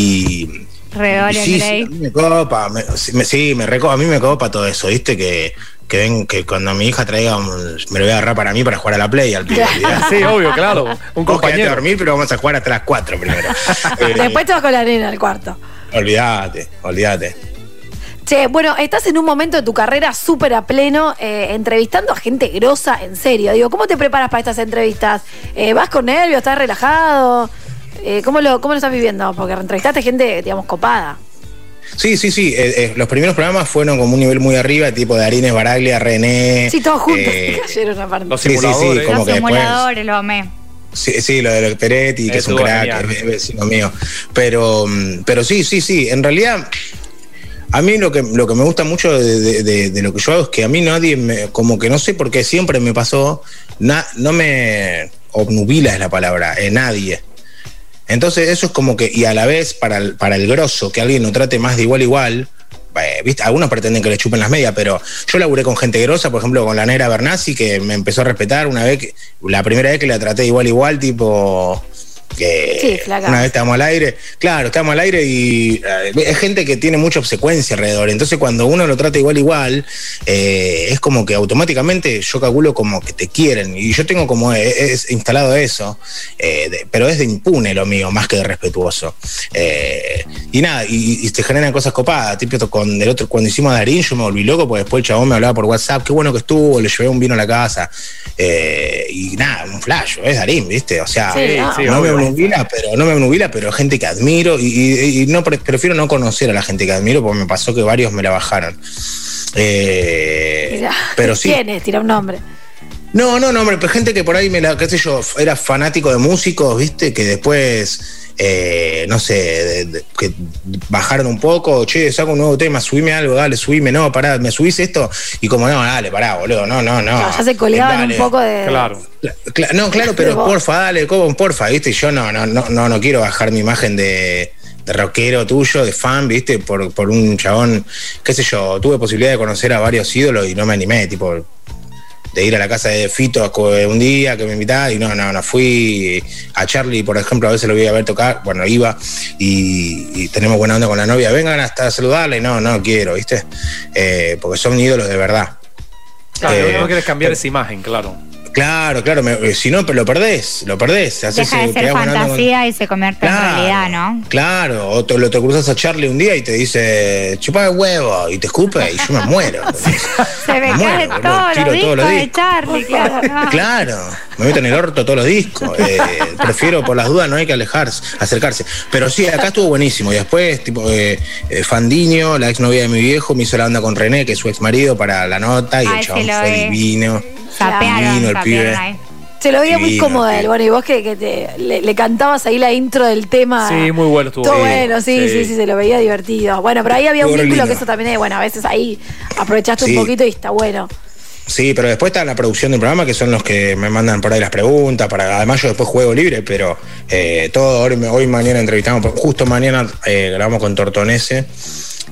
E: y
F: Redorian
E: sí, sí,
F: Gray.
E: a mí me copa, me- sí, me- sí, me reco- a mí me copa todo eso, ¿viste? Que, que ven que cuando mi hija traiga, un- me lo voy a agarrar para mí para jugar a la play al pibe. olvidate.
D: Sí, obvio, claro. Un
E: Vos quedate a
D: compañero.
E: dormir, pero vamos a jugar hasta las 4 primero. Eh,
C: Después te vas con la nena al cuarto.
E: Olvídate, olvídate.
C: Che, bueno, estás en un momento de tu carrera súper a pleno, eh, entrevistando a gente grosa, en serio. Digo, ¿cómo te preparas para estas entrevistas? Eh, ¿Vas con nervios? ¿Estás relajado? Eh, ¿cómo, lo, ¿Cómo lo estás viviendo? Porque entrevistaste gente, digamos, copada.
E: Sí, sí, sí. eh, eh, los primeros programas fueron como un nivel muy arriba, tipo de Arines Baraglia, René.
C: Sí, todos juntos
E: eh,
C: cayeron aparte.
D: los
E: sí, sí,
D: simuladores.
E: sí, como
F: Los
E: que después. Ah,
F: simuladores, lo amé.
E: Sí, sí, lo de Peretti, que es un
D: Estuvo
E: crack,
D: genial.
E: es vecino mío. Pero, mm, pero sí, sí, sí. En realidad, a mí lo que, lo que me gusta mucho de, de- de- de lo que yo hago es que a mí nadie, me, como que no sé por qué siempre me pasó, na- no me obnubila es la palabra, eh, nadie. Entonces eso es como que, y a la vez para el, para el grosso, que alguien lo trate más de igual a igual, eh, ¿viste? algunos pretenden que le chupen las medias, pero yo laburé con gente grosa, por ejemplo con la negra Bernasi, que me empezó a respetar una vez, que- la primera vez que la traté igual a igual, tipo... Que
C: Sí, flaca.
E: una vez estábamos al aire, claro, estábamos al aire y eh, es gente que tiene mucha obsecuencia alrededor, entonces cuando uno lo trata igual a igual, eh, es como que automáticamente yo calculo como que te quieren y yo tengo como eh, es instalado eso, eh, de- pero es de impune lo mío, más que de respetuoso. Eh, y nada, y, y te generan cosas copadas. Tipo, con el otro, cuando hicimos a Darín, yo me volví loco porque después el chabón me hablaba por WhatsApp, qué bueno que estuvo, le llevé un vino a la casa. Eh, y nada, un flash, es Darín, ¿viste? O sea,
C: Sí,
D: ah,
E: no me
D: obvio.
E: obnubila, pero no me obnubila, pero gente que admiro y, y- y no pre- prefiero no conocer a la gente que admiro porque me pasó que varios me la bajaron. Eh,
C: Mirá.
E: pero sí,
C: ¿Quién es? Tira un nombre.
E: no, no, no, hombre, pero gente que por ahí me la, qué sé yo, f- era fanático de músicos, viste, que después, eh, no sé, de- de- que bajaron un poco, che, saco un nuevo tema, subime algo, dale, subime, no, pará, me subís esto, y como no, dale, pará, boludo, no, no, no.
C: ya se colgaban
E: Ah, Dale.
C: un poco de.
D: Claro.
E: Cla- cla- no, claro, pero
C: Pero-
E: porfa, dale, como porfa, viste, yo no, no, no, no, no quiero bajar mi imagen de, de rockero tuyo, de fan, viste, por, por un chabón, qué sé yo, tuve posibilidad de conocer a varios ídolos y no me animé, tipo, de ir a la casa de Fito a co- un día que me invitaba y no, no, no fui a Charlie, por ejemplo, a veces lo voy a ver tocar, bueno, iba y, y tenemos buena onda con la novia, vengan hasta a saludarle, no, no quiero, viste, Eh, porque son ídolos de verdad.
D: Claro,
E: Eh,
D: no quieres cambiar esa imagen, claro.
E: Claro, claro, me- eh, si no, pero lo perdés, lo perdés. haces,
F: Deja de
E: eh,
F: ser
E: pegás buena onda con-
F: fantasía y se convierte en realidad, ¿no?
E: Claro, o te, lo te cruzas a Charlie un día y te dice, chupá el huevo, y te escupe, y yo me muero.
F: Se me
E: Me
F: cae
E: Ah, muero,
F: todos
E: boludo,
F: los
E: tiro todos
F: discos
E: los
F: de
E: discos.
F: Charlie, claro. ¿no?
E: Claro, me meto en el orto todos los discos. eh, prefiero, por las dudas, no hay que alejarse, acercarse. Pero sí, acá estuvo buenísimo. Y después, tipo, eh, eh, Fandiño, la exnovia de mi viejo, me hizo la onda con René, que es su ex marido, para la nota, y
F: Ay,
E: el
F: sí,
E: chabón
F: lo
E: fue
F: vi.
E: divino.
F: Sapearon,
E: Divino el
F: sapearon
E: pibe.
F: ahí.
C: Se lo veía muy
E: Divino,
C: cómodo a él.
E: sí.
C: Bueno, y vos que, que te- le, le cantabas ahí la intro del tema.
D: Sí, muy bueno estuvo.
C: Todo
D: Sí,
C: bueno, sí, sí,
D: sí.
C: sí, se lo veía divertido. Bueno, pero ahí había un
E: Pobre
C: vínculo
E: Lina.
C: que eso también es, bueno, a veces ahí aprovechaste
E: Sí.
C: un poquito y está bueno.
E: Sí, pero después está la producción del programa, que son los que me mandan por ahí las preguntas. Para, además, yo después juego libre, pero eh, todo. Hoy, hoy mañana entrevistamos, justo mañana eh, grabamos con Tortonese,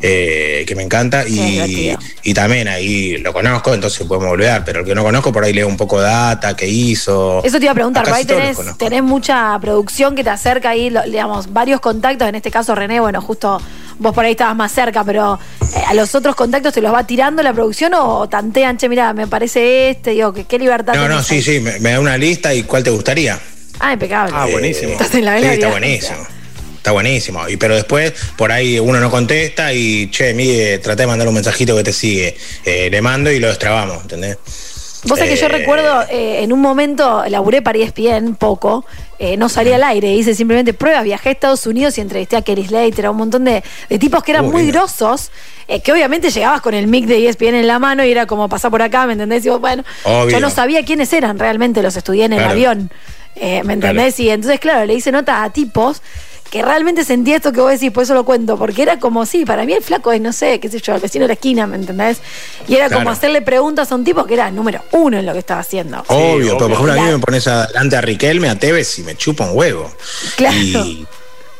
E: eh, que me encanta.
C: Sí, es
E: Y,
C: divertido.
E: y también ahí lo conozco, entonces podemos volver. Pero el que no conozco, por ahí leo un poco de data que hizo.
C: Eso te iba a preguntar,
E: Acá
C: por ahí
E: sí todos los
C: tenés,
E: conozco.
C: tenés mucha producción que te acerca ahí, lo- digamos, varios contactos, en este caso René, bueno, justo vos por ahí estabas más cerca, pero eh, a los otros contactos te los va tirando la producción o tantean, che, mira, me parece este, digo, que qué libertad
E: No,
C: tenés
E: no,
C: ahí.
E: sí, sí, me, me da una lista y cuál te gustaría.
C: Ah, impecable.
D: Ah, buenísimo.
C: Estás en la
E: Eh, sí,
C: vela
E: está
C: vida.
E: buenísimo. Está buenísimo. Y pero después por ahí uno no contesta y che, mire, traté de mandar un mensajito que te sigue. Eh, le mando y lo destrabamos, ¿entendés?
C: Vos sabés que yo
E: Eh.
C: recuerdo eh, en un momento laburé para E ESPN poco, eh, no salí al aire, hice simplemente pruebas, viajé a Estados Unidos y entrevisté a Kerry Slater, a un montón de, de tipos que eran
E: Uh,
C: muy
E: lindo.
C: grosos, eh, que obviamente llegabas con el mic de E ESPN en la mano y era como pasar por acá, ¿me entendés? Y vos, bueno,
E: Obvio.
C: yo no sabía quiénes eran realmente, los estudié en el
E: Claro.
C: avión, eh, ¿me entendés? Y entonces, claro, le hice nota a tipos que realmente sentía esto que vos decís, por eso lo cuento, porque era como, sí, para mí el flaco es, no sé, qué sé yo, el vecino de la esquina, ¿me entendés? Y era como
E: Claro.
C: hacerle preguntas a un tipo que era número uno en lo que estaba haciendo.
E: Obvio, pero por
D: obvio.
E: ejemplo a mí
C: Claro.
E: me pones adelante a Riquelme, a Tevez y me chupa un huevo.
C: Claro.
E: Y,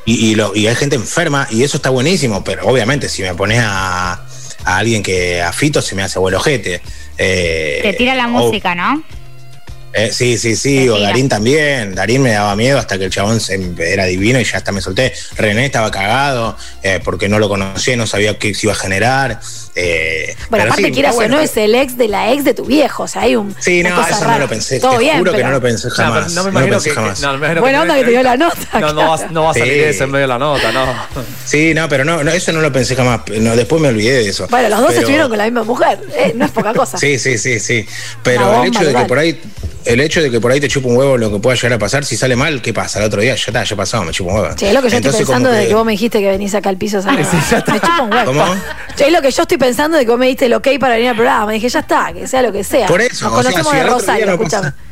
E: y- y lo- y hay gente enferma y eso está buenísimo, pero obviamente si me pones a, a alguien que a Fito se me hace abuelojete. Eh,
F: Te tira la
E: ob-
F: música, ¿no?
E: Eh, sí, sí, sí,
F: Te
E: o
F: tira.
E: Darín también. Darín me daba miedo hasta que el chabón se- em, era divino y ya hasta me solté. René estaba cagado eh, porque no lo conocía, no sabía qué se iba a generar. eh,
C: Bueno,
E: pero
C: aparte,
E: sí,
C: quieras
E: está
C: o no,
E: bueno.
C: es el ex de la ex de tu viejo. O sea, hay un.
E: Sí,
C: una
E: no,
C: cosa
E: eso
C: rara.
E: no lo pensé.
C: Todo
E: Te
C: bien,
E: juro que
C: pero-
E: no lo pensé
D: No, pero
E: jamás.
D: no me
E: no lo
D: imagino
E: pensé
D: que,
E: jamás.
D: que- no, no me imagino
C: Buena onda que te dio la nota,
D: No, no, va,
C: claro.
D: no va a salir
E: Sí.
D: ese en medio de la nota, no.
E: Sí, no, pero no, no, eso no lo pensé jamás. No, después me olvidé de eso.
C: Bueno, los dos
E: Pero-
C: estuvieron con la misma mujer. eh, no es poca cosa.
E: Sí, sí, sí, sí.
C: Una
E: Pero
C: bomba
E: el hecho de que
C: total.
E: por ahí, el hecho de que por ahí te chupa un huevo lo que pueda llegar a pasar, si sale mal, ¿qué pasa? El otro día ya está, ya pasado, me chupa un huevo.
C: Che, es lo que yo
E: Entonces,
C: estoy
E: como
C: pensando desde que vos me dijiste que venís acá al piso. o sea, no, me chupa un huevo.
E: ¿Cómo?
C: Che, es lo que yo estoy pensando de que vos me diste el ok para venir al programa. Dije, ya está, que sea lo que sea.
E: Por eso,
C: Nos
E: o sea,
C: conocemos
E: si
C: de
E: al otro día
C: Rosario,
E: no
C: escúchame.
E: pasa-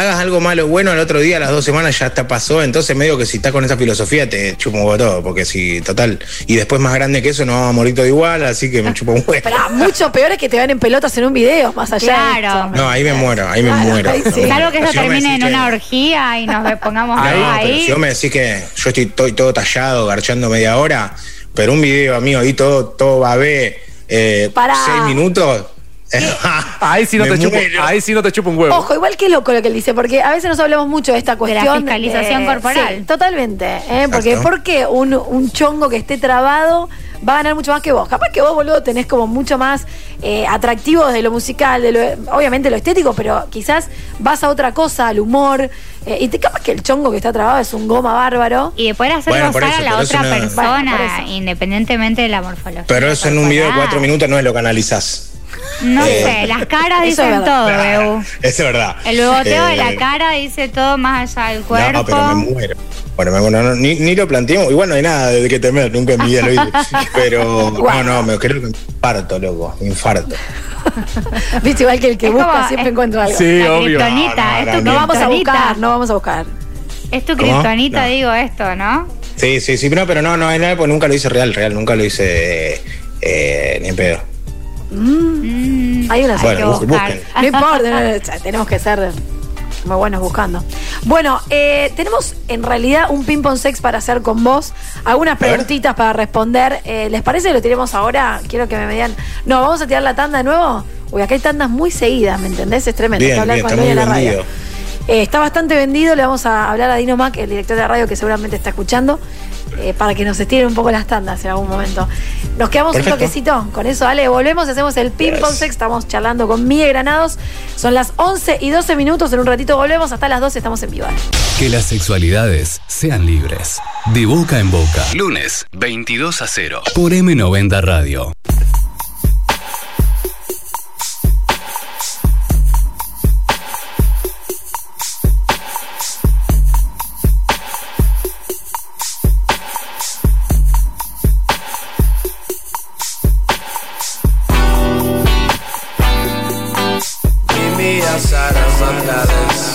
E: Hagas algo malo bueno al otro día, a las dos semanas ya está pasó. Entonces, medio que si estás con esa filosofía, te chupa un huevo todo. Porque si, total. Y después, más grande que eso, no vamos a morir todo igual. Así que me chupa un huevo.
C: Pero ah, mucho peor es que te van en pelotas en un video, más allá. de
F: Claro.
C: esto.
E: No, ahí me muero, ahí me
C: Claro,
E: muero.
C: ahí
E: No,
C: sí.
E: no,
F: Salvo que
E: pero
F: eso
E: si vos me
F: termine en
E: decís
F: una
E: que-
F: orgía y nos pongamos
E: No,
F: todos
E: pero si
F: ahí.
E: vos me decís que yo estoy todo, todo tallado, garchando media hora, pero un video mío ahí todo, todo babé, eh,
C: Pará.
E: seis minutos.
D: Ahí sí no
E: Me
D: te chupo,
E: muero.
D: ahí sí no te chupo un huevo.
C: Ojo, igual que loco lo que él dice, porque a veces nos hablamos mucho de esta cuestión.
F: fiscalización corporal.
C: sí, totalmente. ¿eh? Porque
E: Exacto.
C: ¿por qué un, un chongo que esté trabado va a ganar mucho más que vos? Capaz que vos, boludo, tenés como mucho más eh, atractivo desde lo musical, de lo, obviamente lo estético, pero quizás vas a otra cosa, al humor. eh, y te capaz que el chongo que está trabado es un goma bárbaro.
F: Y de poder hacer
E: Bueno, por
F: gozar a
E: eso,
F: la
E: pero es
F: otra
E: una-
F: persona,
C: Bueno, por eso.
F: independientemente de la morfología.
E: Pero eso en un video de cuatro
F: corporal.
E: minutos no es lo que analizás.
F: No
E: Eh,
F: sé, las caras
C: Eso es
F: dicen
C: verdad.
F: todo,
E: Claro,
F: Beu.
E: Eso es verdad.
F: El beboteo de la
E: Eh,
F: cara dice todo más allá del cuerpo.
E: No, pero me muero. Bueno, me muero. No, ni, ni lo planteamos. Igual no hay nada de que temer, nunca en mi vida lo hice. Pero no, no, me creo que me infarto, loco, me infarto.
C: Viste, igual que el que
F: Es
C: busca
F: como-
C: siempre
F: es-
C: encuentra algo.
D: Sí,
F: la
D: obvio.
E: No, no,
F: kriptonita, es tu
E: no,
C: No vamos a
F: kriptonita.
C: buscar, no vamos a buscar.
F: Es tu
E: ¿Cómo?
F: kriptonita,
E: No.
F: digo esto, ¿no?
E: Sí, sí, sí, no, pero no, no, no, pues nunca lo hice real, real, nunca lo hice eh, eh, ni en pedo.
F: Mm.
C: Hay una
E: Bueno,
F: que
E: busquen,
F: buscar.
E: busquen.
C: No importa, no, no, o sea, tenemos que ser muy buenos buscando. Bueno, eh, tenemos en realidad un ping-pong sex para hacer con vos. Algunas
E: ver.
C: preguntitas para responder. Eh, ¿Les parece que lo tiremos ahora? Quiero que me median. No, vamos a tirar la tanda de nuevo. Uy, acá hay tandas muy seguidas, ¿me entendés? Es tremendo. Hay que
E: Bien,
C: hablar
E: bien,
C: con
E: está
C: el
E: muy
C: dueño de la radio.
E: vendido.
C: Eh, está bastante vendido, le vamos a hablar a Dino Mac, el director de la radio que seguramente está escuchando, eh, para que nos estire un poco las tandas en algún momento. Nos quedamos un
E: Perfecto.
C: toquecito con eso, Ale, volvemos, hacemos el ping pong
E: Yes.
C: sex, estamos charlando con Miguel Granados, son las 11 y 12 minutos, en un ratito volvemos, hasta las 12 estamos en vivo.
A: Que las sexualidades sean libres. De boca en boca. Lunes, 22 a 0. Por M90 Radio.
B: Give me your side of my dollars.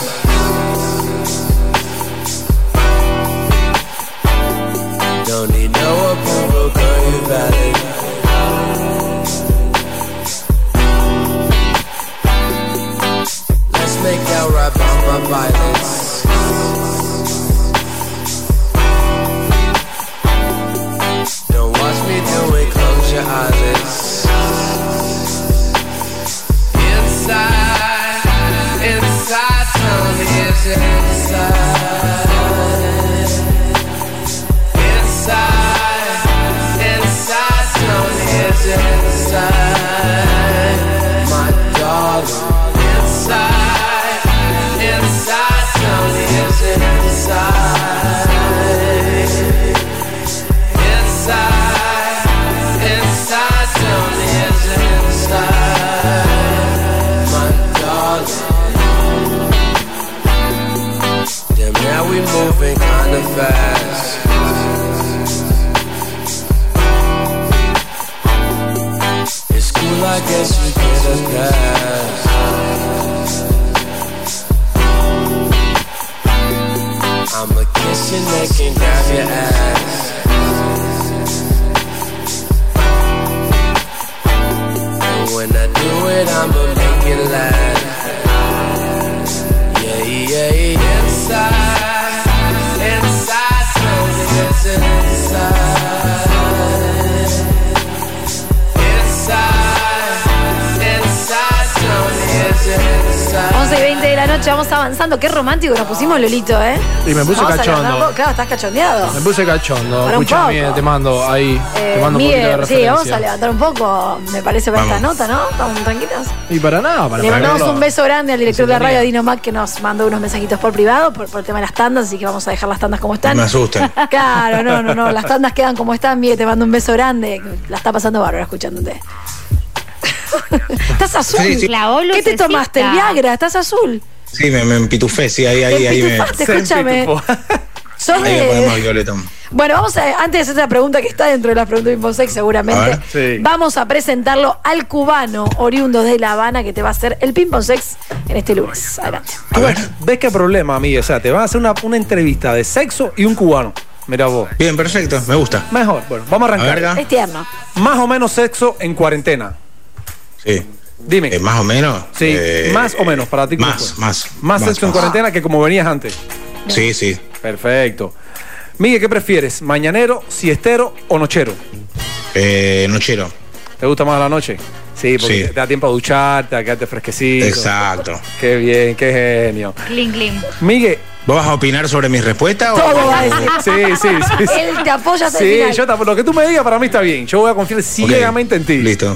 B: Well, I guess you get a pass. I'ma kiss your neck and grab your ass. And when I do it, I'ma make it last. Yeah, yeah, yeah. Inside, inside, slowly gets inside. Inside, inside, slowly gets inside.
C: 11 y 20 de la noche, vamos avanzando. Qué romántico nos pusimos, Lolito, ¿eh?
D: Y me puse
C: Vamos a
D: cachondo.
C: levantar vos. Claro, estás cachondeado.
D: Me puse cachondo.
C: Para un
D: Escuchame,
C: poco.
D: te mando ahí.
C: Eh,
D: te mando un poquito
C: Miguel,
D: de
C: sí,
D: referencia.
C: vamos a levantar un poco, me parece, para esta nota, ¿no? Estamos tranquilos.
D: Y para nada, para
C: Le mandamos
D: ponerlo.
C: un beso grande al director de la radio,
D: sintonía.
C: Dino Mac, que nos mandó unos mensajitos por privado por, por el tema de las tandas, así que vamos a dejar las tandas como están.
E: Me asustan.
C: Claro, no, no, no, las tandas quedan como están, Miguel, te mando un beso grande. La está pasando bárbaro escuchándote. Estás azul.
E: Sí, sí.
F: Clavó
C: ¿Qué te
F: lucecita.
C: tomaste? El Viagra, estás azul.
E: Sí, me, me empitufé, sí, ahí, ahí,
C: Te
E: ahí me.
C: pitufaste, escúchame. Sos
E: Ahí me
C: de-
E: ponemos violeta.
C: Bueno, vamos a, antes de hacer la pregunta que está dentro de las preguntas de Infosex, seguramente,
E: A
D: ver, sí.
C: vamos a presentarlo al cubano oriundo de La Habana que te va a hacer el Pimponsex en este lunes. Adelante.
E: A ver.
D: ¿Ves qué problema, amigo? O sea, te van a hacer una, una entrevista de sexo y un cubano. Mirá vos.
E: Bien, perfecto, me gusta.
D: Mejor, bueno, vamos a
E: A ver,
D: arrancar.
E: acá.
C: Es tierno.
D: Más o menos sexo en cuarentena.
E: Sí.
D: Dime.
E: Eh, más o menos.
D: sí,
E: eh,
D: más o menos para ti. ¿cómo
E: Más,
D: fue?
E: más.
D: Más sexo en cuarentena que como venías antes.
E: Sí, sí.
D: Perfecto. Miguel, ¿qué prefieres? ¿Mañanero, siestero o nochero?
E: Eh, nochero.
D: ¿Te gusta más la noche? Sí, porque
E: Sí.
D: te da tiempo a ducharte, a quedarte fresquecito.
E: Exacto.
D: Qué bien, qué genio.
F: Cling, cling.
D: Miguel.
E: ¿Vos vas a opinar sobre mis respuestas? o-
C: Todo va a decir.
D: Sí, sí, sí. sí.
C: Él te apoya hasta el
D: Sí,
C: final.
D: yo tampoco- lo que tú me digas para mí está bien. Yo voy a confiar
E: Ok,
D: ciegamente en ti.
E: Listo.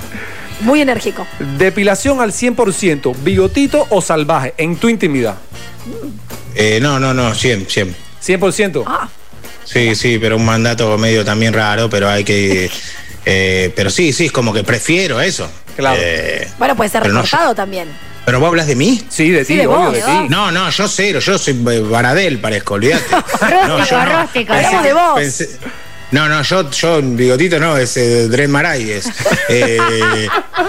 C: Muy enérgico.
D: Depilación al 100%, bigotito o salvaje, en tu intimidad.
E: Eh, no, no, no, 100, 100.
D: 100%.
C: Ah,
E: Sí, sí, pero un mandato medio también raro, pero hay que... eh, pero sí, sí, es como que prefiero eso.
D: Claro.
E: Eh,
C: bueno, puede ser
E: Pero no,
C: recortado también.
E: ¿Pero vos hablas de mí?
D: Sí, de
C: Sí,
D: ti,
C: de
D: obvio,
C: vos,
D: de
C: de
D: ti.
C: vos.
E: No, no, yo cero, yo soy eh, Baradel, parezco, olvídate.
F: Rústico, rústico.
C: Hablamos de vos.
E: Pensé- no, no, yo, yo, bigotito no, es eh, Dren Maray. es. Eh,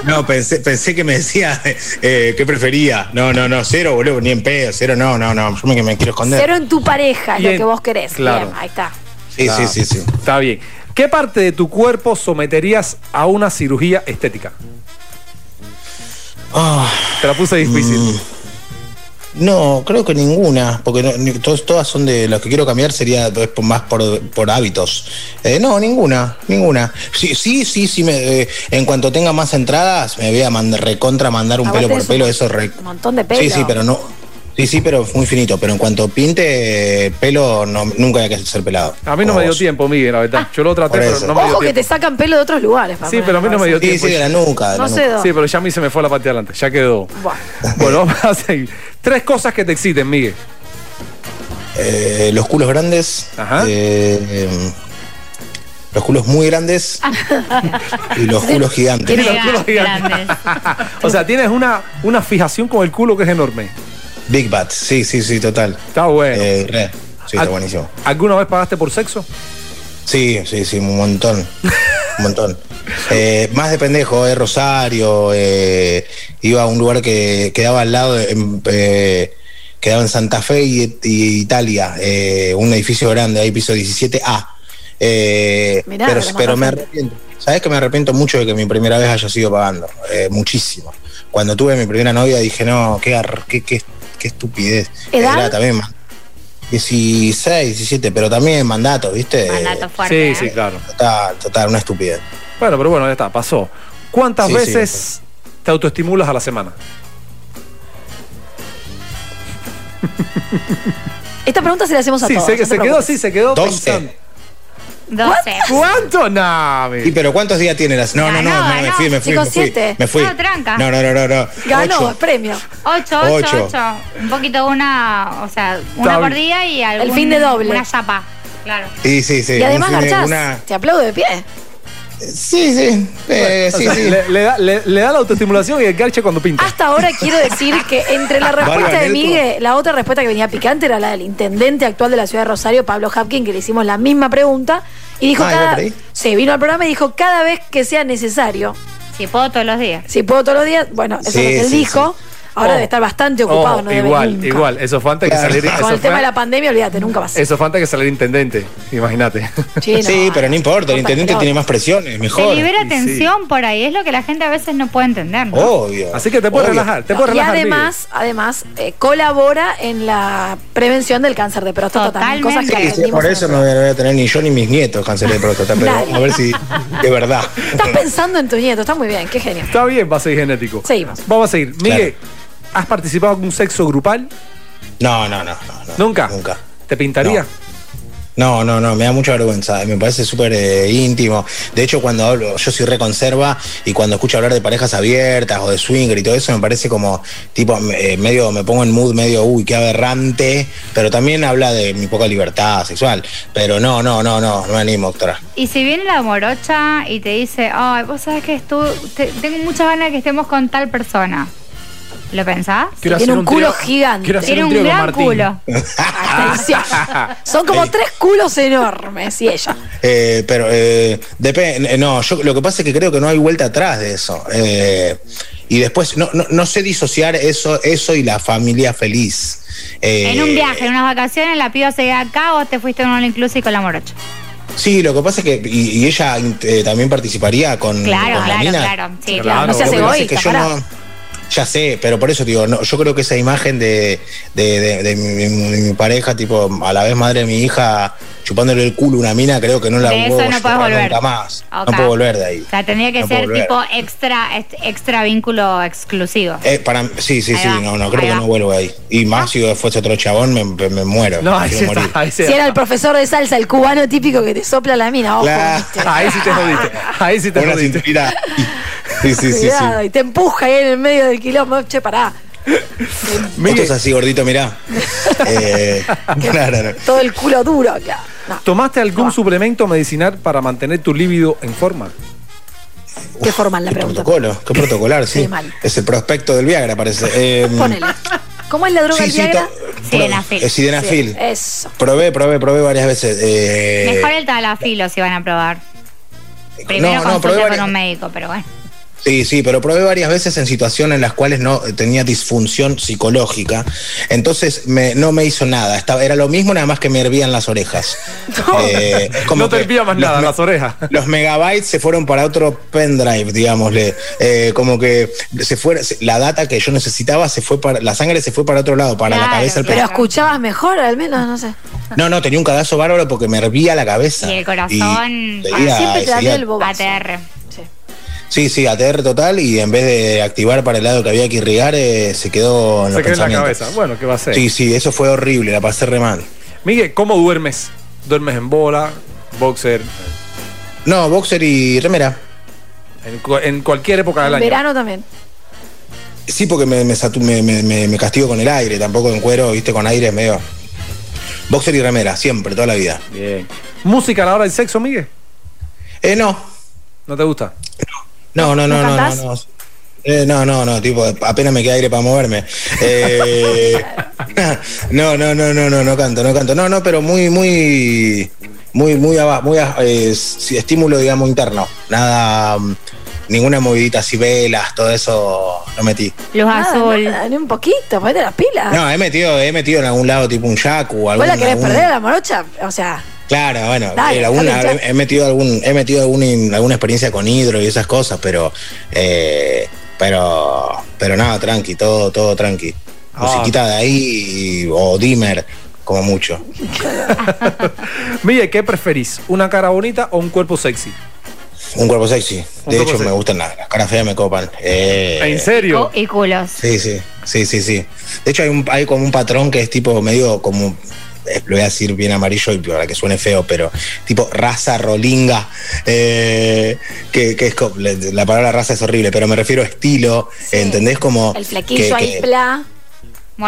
E: no, pensé, pensé que me decía eh, que prefería. No, no, no, cero, boludo, ni en pedo, cero, no, no, no, yo me, me quiero esconder.
C: Cero en tu pareja es lo
D: Bien.
C: que vos querés.
D: Claro.
C: Bien, ahí está.
E: Sí, sí, sí, sí.
D: Está bien. ¿Qué parte de tu cuerpo someterías a una cirugía estética?
E: Ah,
D: Te la puse difícil.
E: Mm. no, creo que ninguna, porque no- ni- to- todas son de las que quiero cambiar, sería pues, por- más por, por hábitos. Eh, no, ninguna, ninguna. Sí, sí, sí, sí, me, eh, en cuanto tenga más entradas, me voy a mand- recontra mandar un
C: Aguante
E: pelo por
C: eso,
E: pelo, eso re,
C: Un montón de pelo.
E: Sí, sí, pero no. Sí, sí, pero muy finito. Pero en cuanto pinte eh, pelo, no, nunca hay que ser pelado.
D: A mí no
E: Como
D: me dio
E: vos.
D: tiempo, Miguel, la verdad. Yo lo traté,
E: Ah. Por
D: pero
E: eso.
D: no me dio
C: Ojo que
D: tiempo.
C: te sacan pelo de otros lugares. papá,
D: Sí, pero a mí no me dio
E: Sí,
D: tiempo.
E: sí, de la nuca. de
C: No
E: la
C: sé
E: nuca.
C: dónde.
D: Sí, pero ya a mí se me fue la parte de adelante. Ya quedó.
C: Buah.
D: Bueno, vamos a seguir. Tres cosas que te exciten, Miguel.
E: Eh, los culos grandes.
D: Ajá.
E: eh, eh, los culos muy grandes. y los culos gigantes.
D: los
F: Mega
D: culos gigantes.
F: grandes.
D: o sea, tienes una, una fijación con el culo que es enorme.
E: Big Bats. Sí, sí, sí, total.
D: Está bueno.
E: Eh, re. Sí, está
D: Al-
E: buenísimo.
D: ¿Alguna vez pagaste por sexo?
E: Sí, sí, sí, un montón. Un montón. Eh, más de pendejo, eh, Rosario. eh, iba a un lugar que quedaba al lado, de- en, eh, quedaba en Santa Fe y, y Italia, eh, un edificio grande, ahí piso 17A. Eh,
C: Mirá,
E: pero
C: tenemos
E: pero me
C: bastante.
E: arrepiento. Sabes que me arrepiento mucho de que mi primera vez haya sido pagando. eh, muchísimo. Cuando tuve mi primera novia dije, no, qué, ar- qué, qué, qué estupidez.
C: ¿Edad?
E: Era también man- 16, 17, pero también mandato, ¿viste?
F: Mandato
E: Eh,
F: fuerte.
D: sí,
F: ¿eh?
D: sí, claro.
E: Total, total, una estupidez.
D: Bueno, pero bueno, ya está, pasó. ¿Cuántas
E: Sí, sí,
D: veces te autoestimulas a la semana?
C: Esta pregunta se la hacemos a
D: Sí,
C: todos.
D: se,
C: no te
D: se quedó
C: preocupes.
D: así, se quedó
E: Doce.
D: pensando.
F: 12.
D: ¿Cuánto? No,
E: ¿Y
D: Miguel.
E: pero cuántos días tiene las.? No, no, no,
F: Ganó,
E: no, me
F: ganó.
E: fui, me fui.
C: Chicos,
E: me fui,
C: siete.
E: Me fui.
F: No, tranca.
E: No, no, no, no. no.
C: Ganó,
E: Ocho.
C: premio.
F: 8, 8,
E: Ocho.
F: 8. Un poquito una, o sea, una
D: Está
F: por
D: bien.
F: día y algún,
C: fin de doble.
F: Una chapa, claro.
E: Sí, sí, sí.
C: y además,
E: un fin de-
C: Garchás,
E: una-
C: te aplaudo de pie.
E: Sí, sí. eh,
D: O
E: sí,
D: sea,
E: sí.
D: Le, le da, le- le da la autoestimulación y el garche cuando pinta.
C: Hasta ahora quiero decir que entre la respuesta
E: Bárbara,
C: de
E: Nelto.
C: Miguel, la otra respuesta que venía picante era la del intendente actual de la ciudad de Rosario, Pablo Hapkin, que le hicimos la misma pregunta. Y dijo
E: Ah, ¿iba
C: cada.
E: por ahí?
C: Se vino al programa y dijo: cada vez que sea necesario.
F: Si puedo todos los días.
C: Si puedo todos los días, bueno, eso
E: Sí,
C: es lo que él
E: sí,
C: dijo. Ahora
D: Oh.
C: debe estar bastante ocupado.
D: Ojo,
C: no debe
D: Oh, igual,
C: nunca.
D: igual. Eso fue antes que
E: Claro.
D: salir.
E: Con
C: Con
D: Eso
C: el tema de la
D: fue,
C: pandemia, olvídate, nunca va a ser.
D: eso fue antes que salir intendente. Imagínate.
C: Sí, no,
E: Sí, pero no importa, el
C: cosa
E: intendente
C: que
E: tiene
C: no.
E: más presiones,
F: Se
E: mejor.
F: libera
D: sí.
F: tensión por ahí, es lo que la gente a veces no puede entender. ¿no?
E: Obvio.
D: Así que te puedes
E: obvio.
D: relajar, te puedes
C: Y
D: relajar. Miguel.
C: además, además eh, colabora en la prevención del cáncer de próstata también. Cosas que
E: Sí, sí,
C: aprendimos
E: por
C: en
E: eso
C: el
E: no voy a- no voy a tener ni yo ni mis nietos cáncer de próstata, pero
C: Claro.
E: a ver si de verdad.
C: Estás pensando en tu nieto, está muy bien, qué genio.
D: Está bien, va a seguir genético.
C: Seguimos.
D: Vamos a seguir.
E: Claro.
D: Miguel, ¿has participado en un sexo grupal?
E: No, no, no, no, no.
D: ¿Nunca?
E: Nunca.
D: ¿Te pintaría?
E: No. No, no, no, me da mucha vergüenza, me parece súper eh, íntimo. De hecho, cuando hablo, yo soy reconserva y cuando escucho hablar de parejas abiertas o de swinger y todo eso, me parece como, tipo, me- eh, medio, me pongo en mood medio, uy, qué aberrante, pero también habla de mi poca libertad sexual. Pero no, no, no, no, no me animo, doctora.
F: Y si viene la morocha y te dice, ay, vos sabés que estuve, te- tengo muchas ganas de que estemos con tal persona. ¿Lo pensás?
D: Quiero
C: Sí, tiene
D: hacer
C: un culo
D: trío-
C: gigante.
D: Quiero hacer
F: Tiene
D: un
F: un
D: trío con
F: gran
D: Martín.
F: culo.
E: Eh.
C: Atención. Son como tres culos enormes y ella.
E: Eh, pero eh, depe- eh, no, yo lo que pasa es que creo que no hay vuelta atrás de eso. Eh, y después no, no, no sé disociar eso, eso y la familia feliz. Eh,
F: En un viaje, en unas vacaciones, la piba se queda acá, vos te fuiste a un all inclusive con la morocha.
E: Mm, Sí, lo que pasa es que y, y ella eh, también participaría con, con
F: Claro,
E: la
F: claro,
E: mina.
F: claro. Sí,
D: Claro.
F: claro.
C: No seas
E: Lo que pasa es
C: egoísta,
E: que yo
C: pará.
E: no- ya sé, pero por eso digo, no, yo creo que esa imagen de, de- de- de mi, mi- mi- mi pareja, tipo, a la vez madre de mi hija, chupándole el culo a una mina, creo que no la
F: De eso
E: puedo
F: no puedes
E: superar
F: volver.
E: nunca más.
F: Ok.
E: No puedo volver de ahí.
F: O sea, tendría que
E: No puedo
F: ser
E: volver.
F: tipo extra, est- extra vínculo exclusivo.
E: Eh, para, sí, sí,
F: Ahí
E: sí,
F: va,
E: no, no,
F: ahí
E: creo que
F: va. Ah.
E: no vuelvo ahí. Y más si fuese otro chabón, me, me- me muero.
D: No,
E: me
D: ahí sí
E: quiero
D: está.
E: morir.
D: Ahí sí,
C: Si era el profesor de salsa, el cubano típico que te sopla la mina, ojo.
E: Claro.
C: ¿viste?
D: Ahí sí te jodiste. Ahí sí te
E: Una
D: jodiste.
E: cinturita. Sí, sí, sí, sí.
C: Cuidado, y te empuja ahí en el medio del quilombo, che, pará.
E: Esto
D: Miguel,
E: es así, gordito, mirá. Eh, claro, no.
C: Todo el culo duro, claro. No,
D: ¿tomaste algún suplemento medicinal para mantener tu líbido en forma?
C: qué formal la
E: Qué
C: pregunta.
E: protocolo, qué protocolar, sí.
C: Sí, mal.
E: Es el prospecto del Viagra, parece. Eh,
C: Ponele. ¿Cómo es la droga
E: sí,
C: el
E: sí,
C: Viagra?
E: to-
F: Sildenafil.
E: eh, Sildenafil.
C: Sí, eso.
E: Probé, probé, probé varias veces. eh,
F: Mejor el talafilo si van a probar. Primero consulta con un médico, pero bueno.
E: Sí, sí, pero probé varias veces en situaciones en las cuales no eh, tenía disfunción psicológica. Entonces me- no me hizo nada. Estaba, era lo mismo, nada más que me hervían las orejas. Eh, es como
D: no te
E: que
D: envía más
E: los
D: nada,
E: me-
D: las orejas.
E: Los megabytes se fueron para otro pendrive, digámosle. Eh, como que se fue, se- la data que yo necesitaba se fue para, la sangre se fue para otro lado, para la
F: Claro,
E: cabeza. del
C: Pero
E: pe-
C: escuchabas mejor, al menos, no sé.
E: No, no, tenía un cagazo bárbaro porque me hervía la cabeza.
F: Y el corazón.
E: seguía-
C: Ah, Siempre te da
E: seguía-
C: el bobazo.
F: ATR.
C: Sí.
E: Sí, sí, ATR total y en vez de activar para el lado que había que irrigar, eh, se quedó en
D: Se
E: los
D: queda en la
E: pensamientos.
D: cabeza. Bueno, ¿qué va a ser?
E: Sí, sí, eso fue horrible, la pasé re mal.
D: Miguel, ¿cómo duermes? ¿Duermes en bola, boxer,
E: No, boxer y remera.
D: en, cu- en cualquier época del
C: En
D: año?
C: verano también.
E: Sí, porque me, me, satu- me- me- me- me castigo con el aire, tampoco en cuero, viste, con aire es medio. Boxer y remera, siempre, toda la vida.
D: Bien. ¿Música a la hora del sexo, Miguel?
E: Eh, no,
D: ¿No te gusta?
E: no, no,
C: ¿No
E: no, no, no.
C: cantás?
E: no. Eh, no, no, no, tipo, apenas me queda aire para moverme. Eh, no, no, no, no, no, no canto, no canto. No, no, pero muy, muy, muy, muy, aba- muy a- eh, sí, estímulo, digamos, interno. Nada, mm, ninguna movidita así, velas, todo eso, no metí.
F: Luz
C: Nada,
F: azul.
C: nada, ni un poquito, ponete las pilas.
E: No, he metido, he metido en algún lado tipo un yaku o algún,
C: Ah. ¿Vos la querés
E: algún-
C: perder a la morocha? O sea,
E: Claro, bueno,
C: Dale,
E: eh, alguna-
C: dale, ya.
E: he, he metido algún, he metido algún- alguna experiencia con hidro y esas cosas, pero eh, pero pero nada, tranqui, todo, todo tranqui.
D: Ah.
E: Musiquita de ahí o dimmer, como mucho.
D: Miguel, ¿qué preferís? ¿Una cara bonita o un cuerpo sexy?
E: Un cuerpo sexy. De
D: cuerpo
E: hecho, me
D: sexy.
E: gustan las, las caras feas, me copan. Eh,
D: ¿En serio?
F: Oh, Y culos.
E: Sí, sí, sí, sí, sí. De hecho, hay, un, hay como un patrón que es tipo medio como, eh, lo voy a decir bien amarillo y para que suene feo, pero tipo raza rolinga, eh, que, que es co- la, la palabra raza es horrible, pero me refiero a estilo,
C: Sí.
E: ¿entendés? Como...
C: el flequillo
E: que-
C: ahí,
E: que-
C: bla.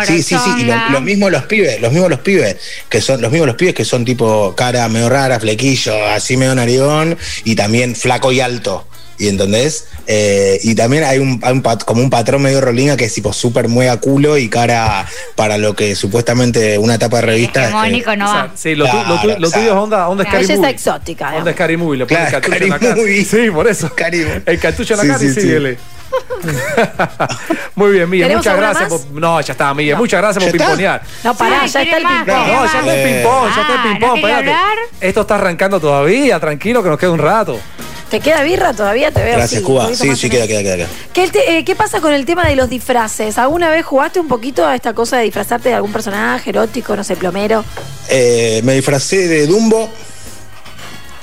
E: Sí, sí, sí, y lo,
F: morochonga.
E: lo mismo los pibes, los mismos los pibes, que son, los mismos los pibes que son tipo cara medio rara, flequillo, así medio narigón, y también flaco y alto. y entendés Eh, y también hay un, hay un pat- como un patrón medio rolinga que es tipo súper muega culo y cara para lo que supuestamente una tapa de revista es que- eh.
F: Hegemónico no
D: O
F: va.
D: sea, sí, lo, tu- lo tu-
E: Claro,
D: lo tuyo es
E: claro.
D: onda, onda Scary
C: Belleza
D: Movie.
C: exótica.
D: Onda
C: digamos.
D: Scary Movie, le pones
E: Claro,
D: cartucho en la
E: Scary
D: cara.
E: Movie.
D: Sí, por eso.
E: Scary Movie.
D: El cartucho en la
E: Sí,
D: cara y
E: sí, sí.
D: síguele. Muy bien, Miguel,
C: ¿Tenemos
D: muchas
C: alguna
D: gracias.
C: más?
D: por- no, ya está, Miguel, muchas gracias por
E: ¿Ya está?
D: pimponear.
C: No, pará,
F: Sí,
C: ya está el
F: quiere más,
C: ping-pong.
E: quiere
D: No,
E: más.
D: ya está el
E: Eh.
D: ping-pong, ya está el
F: Ah, ¿no
D: ping-pong,
F: quería
D: espérate.
F: hablar?
D: Esto está arrancando todavía, tranquilo que nos queda un rato.
C: ¿Te queda birra todavía? Te veo.
E: Gracias,
C: sí, un
E: Cuba.
C: poquito
E: Sí,
C: más
E: sí,
C: tenés.
E: queda, queda, queda. queda.
C: ¿Qué, el te- eh, qué pasa con el tema de los disfraces? ¿Alguna vez jugaste un poquito a esta cosa de disfrazarte de algún personaje erótico, no sé, plomero?
E: Eh, me disfracé de Dumbo.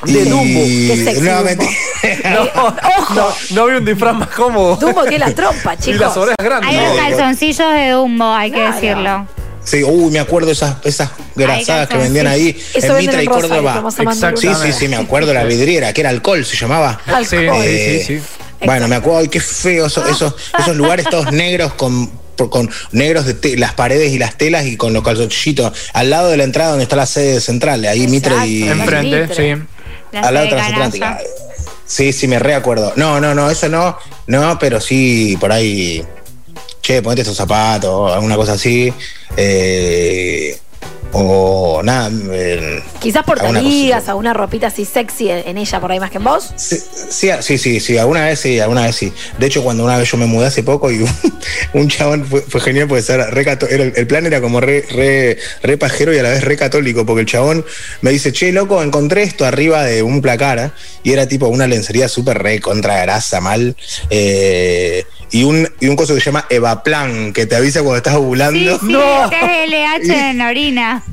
D: De
E: y-
D: Dumbo.
C: Qué sexy
E: No,
C: Dumbo.
E: mentira.
D: No, no, no vi un disfraz más cómodo.
C: Dumbo tiene la trompa,
D: y
C: chicos.
D: las orejas grandes.
F: Hay unos
E: No, no.
F: calzoncillos de Dumbo, hay que
C: Claro.
F: decirlo.
E: Sí, uy, me acuerdo esas, esas grasadas que
F: calzón,
E: vendían
F: sí.
E: ahí
C: Eso
E: en
C: venden
E: Mitra y
C: en Rosario,
E: Córdoba.
C: estamos amando
D: Exacto.
E: Sí,
C: Luna.
E: sí, sí, me acuerdo la vidriera, que era alcohol, se llamaba.
C: Al-
D: Sí,
C: alcohol.
D: sí, sí,
E: Eh,
D: sí.
E: Bueno, me acuerdo, ay, qué feo, eso- esos, esos lugares todos negros con, por- con negros de te- las paredes y las telas y con los calzoncillitos, al lado de la entrada donde está la sede central, ahí Mitre y...
C: Exacto.
G: Enfrente,
C: Mitre.
G: sí.
F: Las
E: al lado de
F: de
E: transatlántica.
F: canalla.
E: Sí, sí, me reacuerdo. No, no, no, eso no, no, pero sí, por ahí, che, ponete estos zapatos o alguna cosa así. eh, o nada. eh,
C: Quizás
E: alguna
C: portarías
E: cosita.
C: alguna ropita así sexy en en ella por ahí más que en vos.
E: Sí, sí, sí, sí, sí, alguna vez sí, alguna vez sí. De hecho, cuando una vez yo me mudé hace poco y un, un chabón fue, fue genial porque era re cató- era- el plan era como re, re, re pajero y a la vez re católico, porque el chabón me dice, che, loco, encontré esto arriba de un placar ¿eh? y era tipo una lencería súper re contra grasa, mal. eh, y, un, y un coso que se llama Evaplan, que te avisa cuando estás
F: Sí,
E: ovulando.
F: sí, este es LH en orina.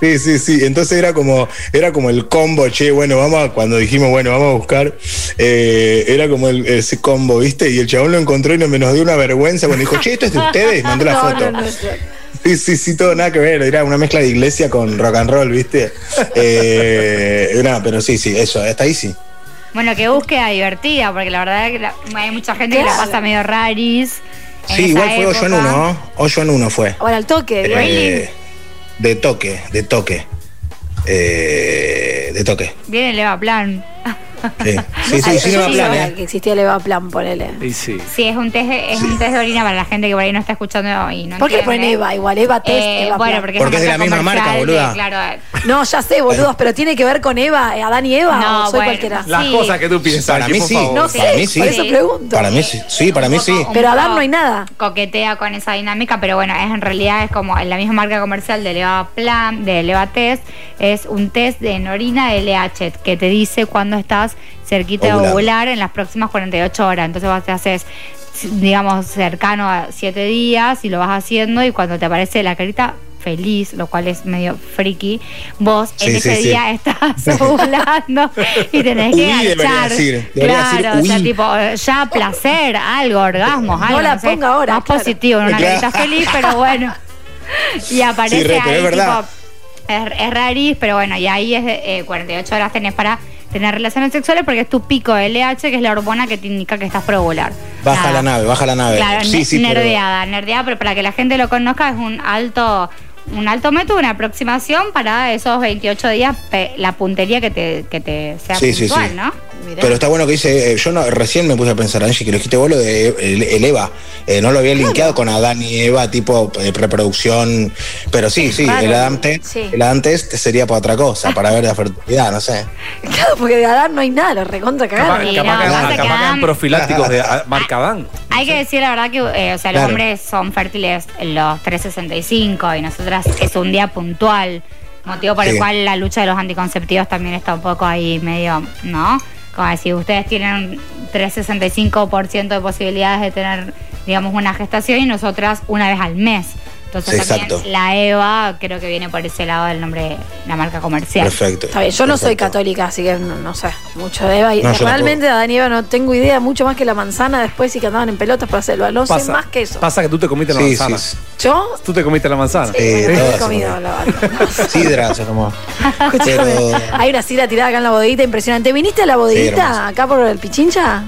E: Sí, sí, sí. Entonces era como, era como el combo, che, bueno, vamos a, cuando dijimos, bueno, vamos a buscar, eh, era como el, ese combo, ¿viste? Y el chabón lo encontró y no- me nos dio una vergüenza cuando dijo, che, esto es de ustedes, mandó la
C: No,
E: foto.
C: no, no, no.
E: Sí, sí, sí, todo nada que ver. Era una mezcla de iglesia con rock and roll, ¿viste? Eh, no, pero sí, sí, eso, hasta ahí sí.
F: Bueno, que búsqueda divertida, porque la verdad es que la- hay mucha gente que la
C: Claro.
F: pasa medio raris. en
E: Sí,
F: esa
E: igual fue hoyo en
F: época.
E: uno, ¿no? Hoyo en uno fue.
C: Ahora, al toque,
E: Eh,
C: bien.
E: de toque, de toque. Eh, de toque.
F: Viene el Eva Plan.
E: Sí, sí, sí,
C: Ay,
E: sí,
C: yo
E: no va
C: sí
E: plan,
C: sabía
E: ¿eh?
C: que existía el Eva Plan, ponele.
D: Y sí.
F: Sí, es un test, de- es un test de orina para la gente que por ahí no está escuchando y no
C: ¿Por qué le ponen
F: entiende.
C: Eva igual? Eva Test,
F: Eh,
C: Eva
F: bueno,
C: Plan.
F: porque,
E: Porque es de la misma marca,
F: comercial de-
E: boluda.
F: claro, eh,
C: No, ya sé, boludos, pero tiene que ver con Eva, eh, Adán y Eva,
F: No,
C: o soy
F: bueno.
C: cualquiera.
F: La-
D: Las
F: Sí.
D: cosas que tú piensas.
E: Para
D: aquí,
E: mí
D: por
E: sí.
D: favor.
C: No sé,
E: para mí sí.
C: por eso pregunto.
E: Para mí sí, sí, para mí sí.
F: Un poco-
C: Pero Adán no hay nada.
F: Coquetea con esa dinámica, pero bueno, es en realidad es como la misma marca comercial de Leva Plan, de Leva Test, es un test de en orina de LH que te dice cuando estás cerquita de
E: Ovulando.
F: ovular en las próximas 48 horas. Entonces vos te haces digamos cercano a 7 días y lo vas haciendo y cuando te aparece la carita feliz, lo cual es medio friki, vos en
E: Sí, sí,
F: ese
E: sí.
F: día estás ovulando y tenés que
E: Huí, debería
F: agachar.
E: decir, debería decir
F: Claro, o sea,
E: huí.
F: tipo, eh, ya placer, algo, orgasmos, algo.
C: la
F: sé,
C: ponga ahora,
F: Más
C: claro.
F: positivo, en una
E: Claro.
F: carita feliz, pero bueno. Y
E: Sí,
F: aparece
E: re, pero
F: ahí,
E: es verdad.
F: tipo, es, es rarísimo, pero bueno, y ahí es eh, 48 horas tenés para tener relaciones sexuales porque es tu pico de LH, que es la hormona que te indica que estás provolar.
E: Baja la nave, baja la nave.
F: Claro,
E: Sí,
F: ne-
E: sí, pero-
F: nerdeada, nerdeada, pero para que la gente lo conozca es un alto un alto método, una aproximación para esos 28 días, pe- la puntería que te, que te sea
E: Sí, sí,
F: puntual,
E: sí.
F: ¿no? Mirá.
E: Pero está bueno que dice, eh, yo no, recién me puse a pensar, Angie, que lo dijiste vos lo de el, el Eva. Eh, no lo había linkeado con Adán y Eva, tipo eh, reproducción. Pero sí, sí,
C: claro.
E: el Adam Test,
C: Sí.
E: el Adam Test sería para otra cosa, para ver la fertilidad, no sé.
C: Claro, porque de Adán no hay nada, lo recontra
D: Capaz,
C: cagaron.
F: Sí,
D: capaz
F: no,
D: que,
F: pasa
D: hagan-
F: que
D: capaz que hagan
F: hagan-
D: profilácticos de ah, marca Adán.
F: Hay que decir la verdad que, eh, o sea, los
E: Claro.
F: hombres son fértiles los 365 y nosotras es un día puntual, motivo por el
E: Sí.
F: cual la lucha de los anticonceptivos también está un poco ahí medio, ¿no? Como decir, ustedes tienen 365% de posibilidades de tener, digamos, una gestación y nosotras una vez al mes. Entonces también
E: Exacto.
F: la EVA creo que viene por ese lado del nombre de la marca comercial.
E: Perfecto.
C: Está bien, yo no soy
E: Perfecto.
C: católica, así que no, no sé mucho de Eva. Y
E: No, yo
C: realmente de Adán y Eva no tengo idea, mucho más que la manzana después y que andaban en pelotas para hacerlo. No sé más que eso.
D: pasa que tú te comiste la
E: Sí,
D: manzana.
E: sí, sí.
C: Yo,
D: Tú te comiste la manzana.
E: Eh,
C: bueno, no he
E: todas
C: comido
E: son-
C: la verdad.
E: Sidra, se tomó.
C: Escúchame,
E: Pero-
C: hay una sidra tirada acá en la bodeguita impresionante. ¿Viniste a la bodeguita
E: hermoso.
C: acá por el Pichincha?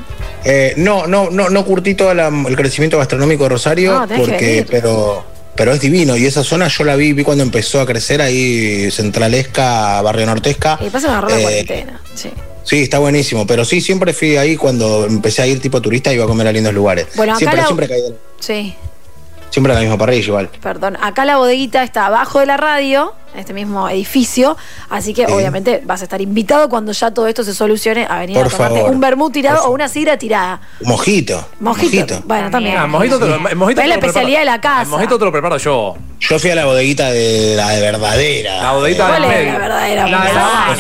E: Eh, no, no, no, no curtí todo la- el crecimiento gastronómico de Rosario,
C: No, tenés que venir.
E: porque, pero, pero es divino. Y esa zona yo la vi, vi cuando empezó a crecer ahí, centralesca, barrio nortesca.
C: Y después se me agarró la
E: Eh,
C: cuarentena. Sí.
E: Sí, está buenísimo. Pero sí, siempre fui ahí cuando empecé a ir tipo turista, iba a comer a lindos lugares.
C: Bueno, acá
E: siempre,
C: la-
E: siempre caí de-
C: Sí,
E: siempre a la misma parrilla igual.
C: perdón. Acá la bodeguita está abajo de la radio, en este mismo edificio. Así que
E: Sí.
C: obviamente vas a estar invitado cuando ya todo esto se solucione a venir
E: Por
C: a tomarte
E: favor.
C: un vermú tirado
E: Por
C: o
E: favor.
C: una sidra tirada.
E: Mojito.
C: Mojito. Bueno, también.
D: Ah, mojito te lo- el mojito
C: Pero es la
D: te lo
C: especialidad de la
D: preparo-
C: casa.
D: el mojito te lo preparo yo.
E: Yo fui a la bodeguita de la verdadera.
D: La bodeguita
C: ¿Cuál
D: del
C: es la
D: medio.
C: verdadera?
D: La de la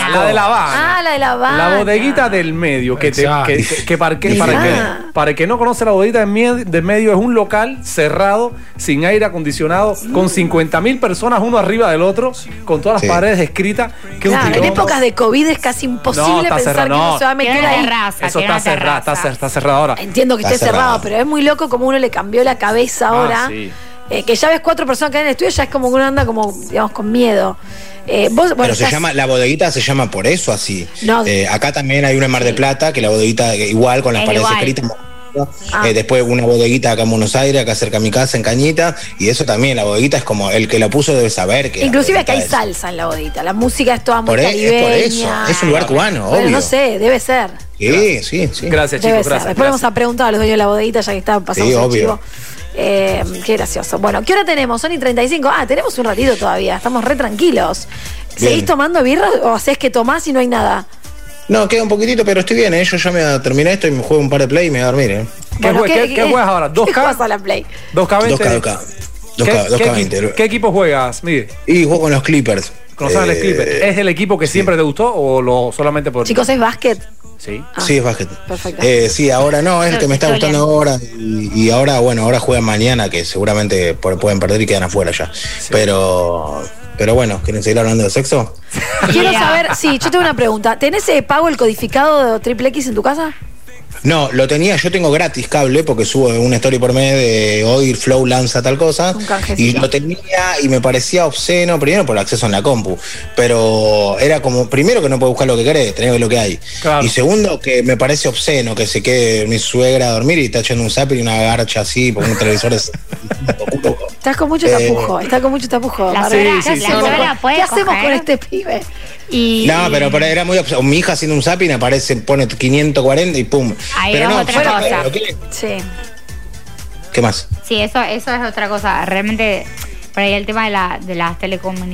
D: Habana. La de la Habana.
C: Ah, la de La Habana.
D: La bodeguita del medio, que, te,
G: Exacto.
D: que, que- que para, que- para que-
C: Mirá.
D: para el que no conoce la bodeguita del mie- del medio, es un local cerrado, sin aire acondicionado, con 50 mil personas uno arriba del otro, con todas las
E: Sí.
D: paredes escritas. que es un
C: Claro, en
D: quilombo.
C: épocas de COVID es casi
D: No,
C: imposible
D: está
C: pensar
D: cerrado,
C: que uno
D: no.
C: se va a
F: Tiene
C: meter
F: una
C: ahí.
F: terraza.
D: Eso
F: tiene
D: está
F: una
D: cerrado, está,
F: terraza.
D: cer- está cerrado ahora.
C: Entiendo que
E: Está
C: esté cerrado,
E: cerrado.
C: pero es muy loco como uno le cambió la cabeza ahora.
D: Ah, sí.
C: Eh, que ya ves cuatro personas que hay en el estudio, ya es como que uno anda como, digamos, con miedo. Eh, vos, bueno,
E: Pero se
C: estás-
E: llama, la bodeguita se llama por eso así.
C: No.
E: Eh, acá también hay una en Mar de Plata, que la bodeguita eh, igual con las
F: Es
E: paredes
F: igual.
E: escritas.
C: Ah.
E: Eh, después una bodeguita acá en Buenos Aires, acá cerca de mi casa, en Cañita, y eso también, la bodeguita es como el que la puso debe saber que. la
C: Inclusive acá hay
E: bodeguita es-
C: salsa en la bodita. La música es toda muy
E: Por e- es por eso,
C: caribeña.
E: es un lugar cubano,
C: Bueno,
E: obvio.
C: no sé, debe ser.
E: Sí, sí, sí.
C: Debe ser.
D: Gracias, chicos, gracias.
C: Después
D: gracias.
C: vamos a preguntar a los dueños de la bodita ya que estaban pasando
E: Sí,
C: el
E: obvio.
C: chivo. Eh, qué gracioso. Bueno, ¿qué hora tenemos? Son y 35. Ah, tenemos un ratito todavía. Estamos re tranquilos.
E: Bien.
C: ¿Seguís tomando birra o haces que tomás y no hay nada?
E: No, queda un poquitito, pero estoy bien, ¿eh? Yo ya me terminé esto y me juego un par de play y me voy a dormir, ¿eh?
D: ¿Qué jue- qué- qué juegas ahora?
C: ¿Dos
D: ¿2K?
C: juegas a la Play?
D: 2K20.
E: 2K, 2K.
D: ¿Qué-
E: 2K,
D: qué
E: 2K20.
D: equi- ¿Qué equipo juegas, Miguel?
E: Y juego con los Clippers.
D: ¿Con los Ángeles
E: Eh,
D: Clippers? ¿Es el equipo que siempre te gustó o lo solamente por.?
C: Chicos, es básquet.
D: Sí.
C: Ah,
E: Sí, es básquet.
C: perfecto.
E: Eh, sí, ahora no, es el que me está
F: Estoy
E: gustando ahora. Y, y ahora, bueno, ahora juegan mañana, que seguramente por- pueden perder y quedan afuera ya. Pero pero bueno, ¿quieren seguir hablando de sexo?
C: Quiero
F: Mira.
C: saber, sí, yo tengo una pregunta. ¿Tenés eh, pago el codificado de Triple X en tu casa?
E: No, lo tenía, yo tengo gratis cable porque subo una story por mes de hoy Flow lanza tal cosa.
C: Un canjecito.
E: Y lo tenía y me parecía obsceno, primero por el acceso en la compu, pero era como, primero que no puedes buscar lo que querés, tenés que ver lo que hay.
D: Claro.
E: Y segundo que me parece obsceno que se quede mi suegra a dormir y está echando un zap y una garcha así, porque un televisor es...
C: Estás con mucho
E: Eh,
C: tapujo, estás con mucho tapujo.
F: La
C: Bárbara.
F: suegra-
C: ¿Qué
F: la
C: hacemos
F: suegra
C: con-
F: puede
C: ¿Qué hacemos
F: coger?
C: con este pibe?
F: Y-
E: No, pero, pero era muy obsceno. Mi hija haciendo un zapping aparece, pone 540 y pum.
F: Ahí
E: pero
F: vamos
E: no,
F: otra
E: fuera,
F: cosa.
E: pero ¿qué,
C: Sí.
E: ¿Qué más?
F: Sí, eso, eso es otra cosa. Realmente, por ahí el tema de, la- de las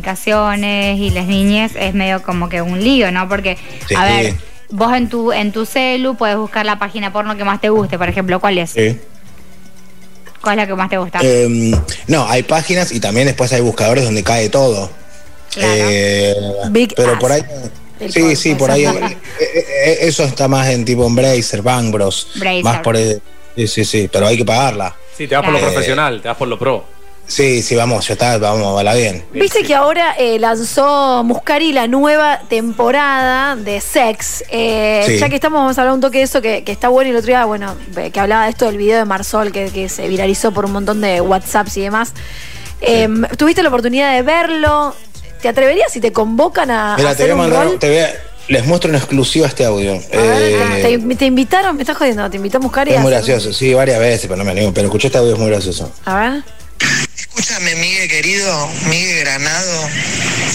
F: telecomunicaciones y las niñas es medio como que un lío, ¿no? Porque,
E: Sí.
F: a ver, vos en tu, en tu celu puedes buscar la página porno que más te guste, por ejemplo, ¿cuál es?
E: Sí.
F: ¿Cuál es la que más te
C: Ah.
F: gusta?
E: Eh, no, hay páginas y también después hay buscadores donde cae todo.
F: Claro.
E: Eh,
C: Big
E: pero
C: ass.
E: por ahí.
C: El porno,
E: Sí, sí, por ahí.
C: esa.
E: eh, eh, Eso está más en tipo en Bracer, Bang Bros.
F: Bracer.
E: Más por ahí. Sí, sí, sí, pero hay que pagarla.
D: Sí, te vas por lo
F: Claro.
D: profesional, te vas por lo pro.
E: Sí, sí, vamos, ya está, vamos, la bien.
C: Viste que ahora eh, lanzó Muscari la nueva temporada de Sex. Eh,
E: Sí.
C: Ya que estamos, vamos a hablar un toque de eso que, que está bueno. Y el otro día, bueno, eh, que hablaba de esto del video de Marsol que, que se viralizó por un montón de WhatsApps y demás. Eh, ¿Tuviste la oportunidad de verlo? ¿Te atreverías si te convocan a, a
E: Mira, te voy
C: hacer
E: a
C: un
E: mandar,
C: rol? Ah,
E: te voy a- les muestro en exclusiva este audio.
C: A ver,
E: Eh,
C: ¿Te, te invitaron? ¿Me estás jodiendo? ¿Te invitó Muscari?
E: es
C: a
E: muy
C: hacer un-
E: gracioso, sí, varias veces, pero no me animo. Pero escuché este audio, es muy gracioso.
C: A ver.
H: Escúchame, Miguel querido, Miguel Granado,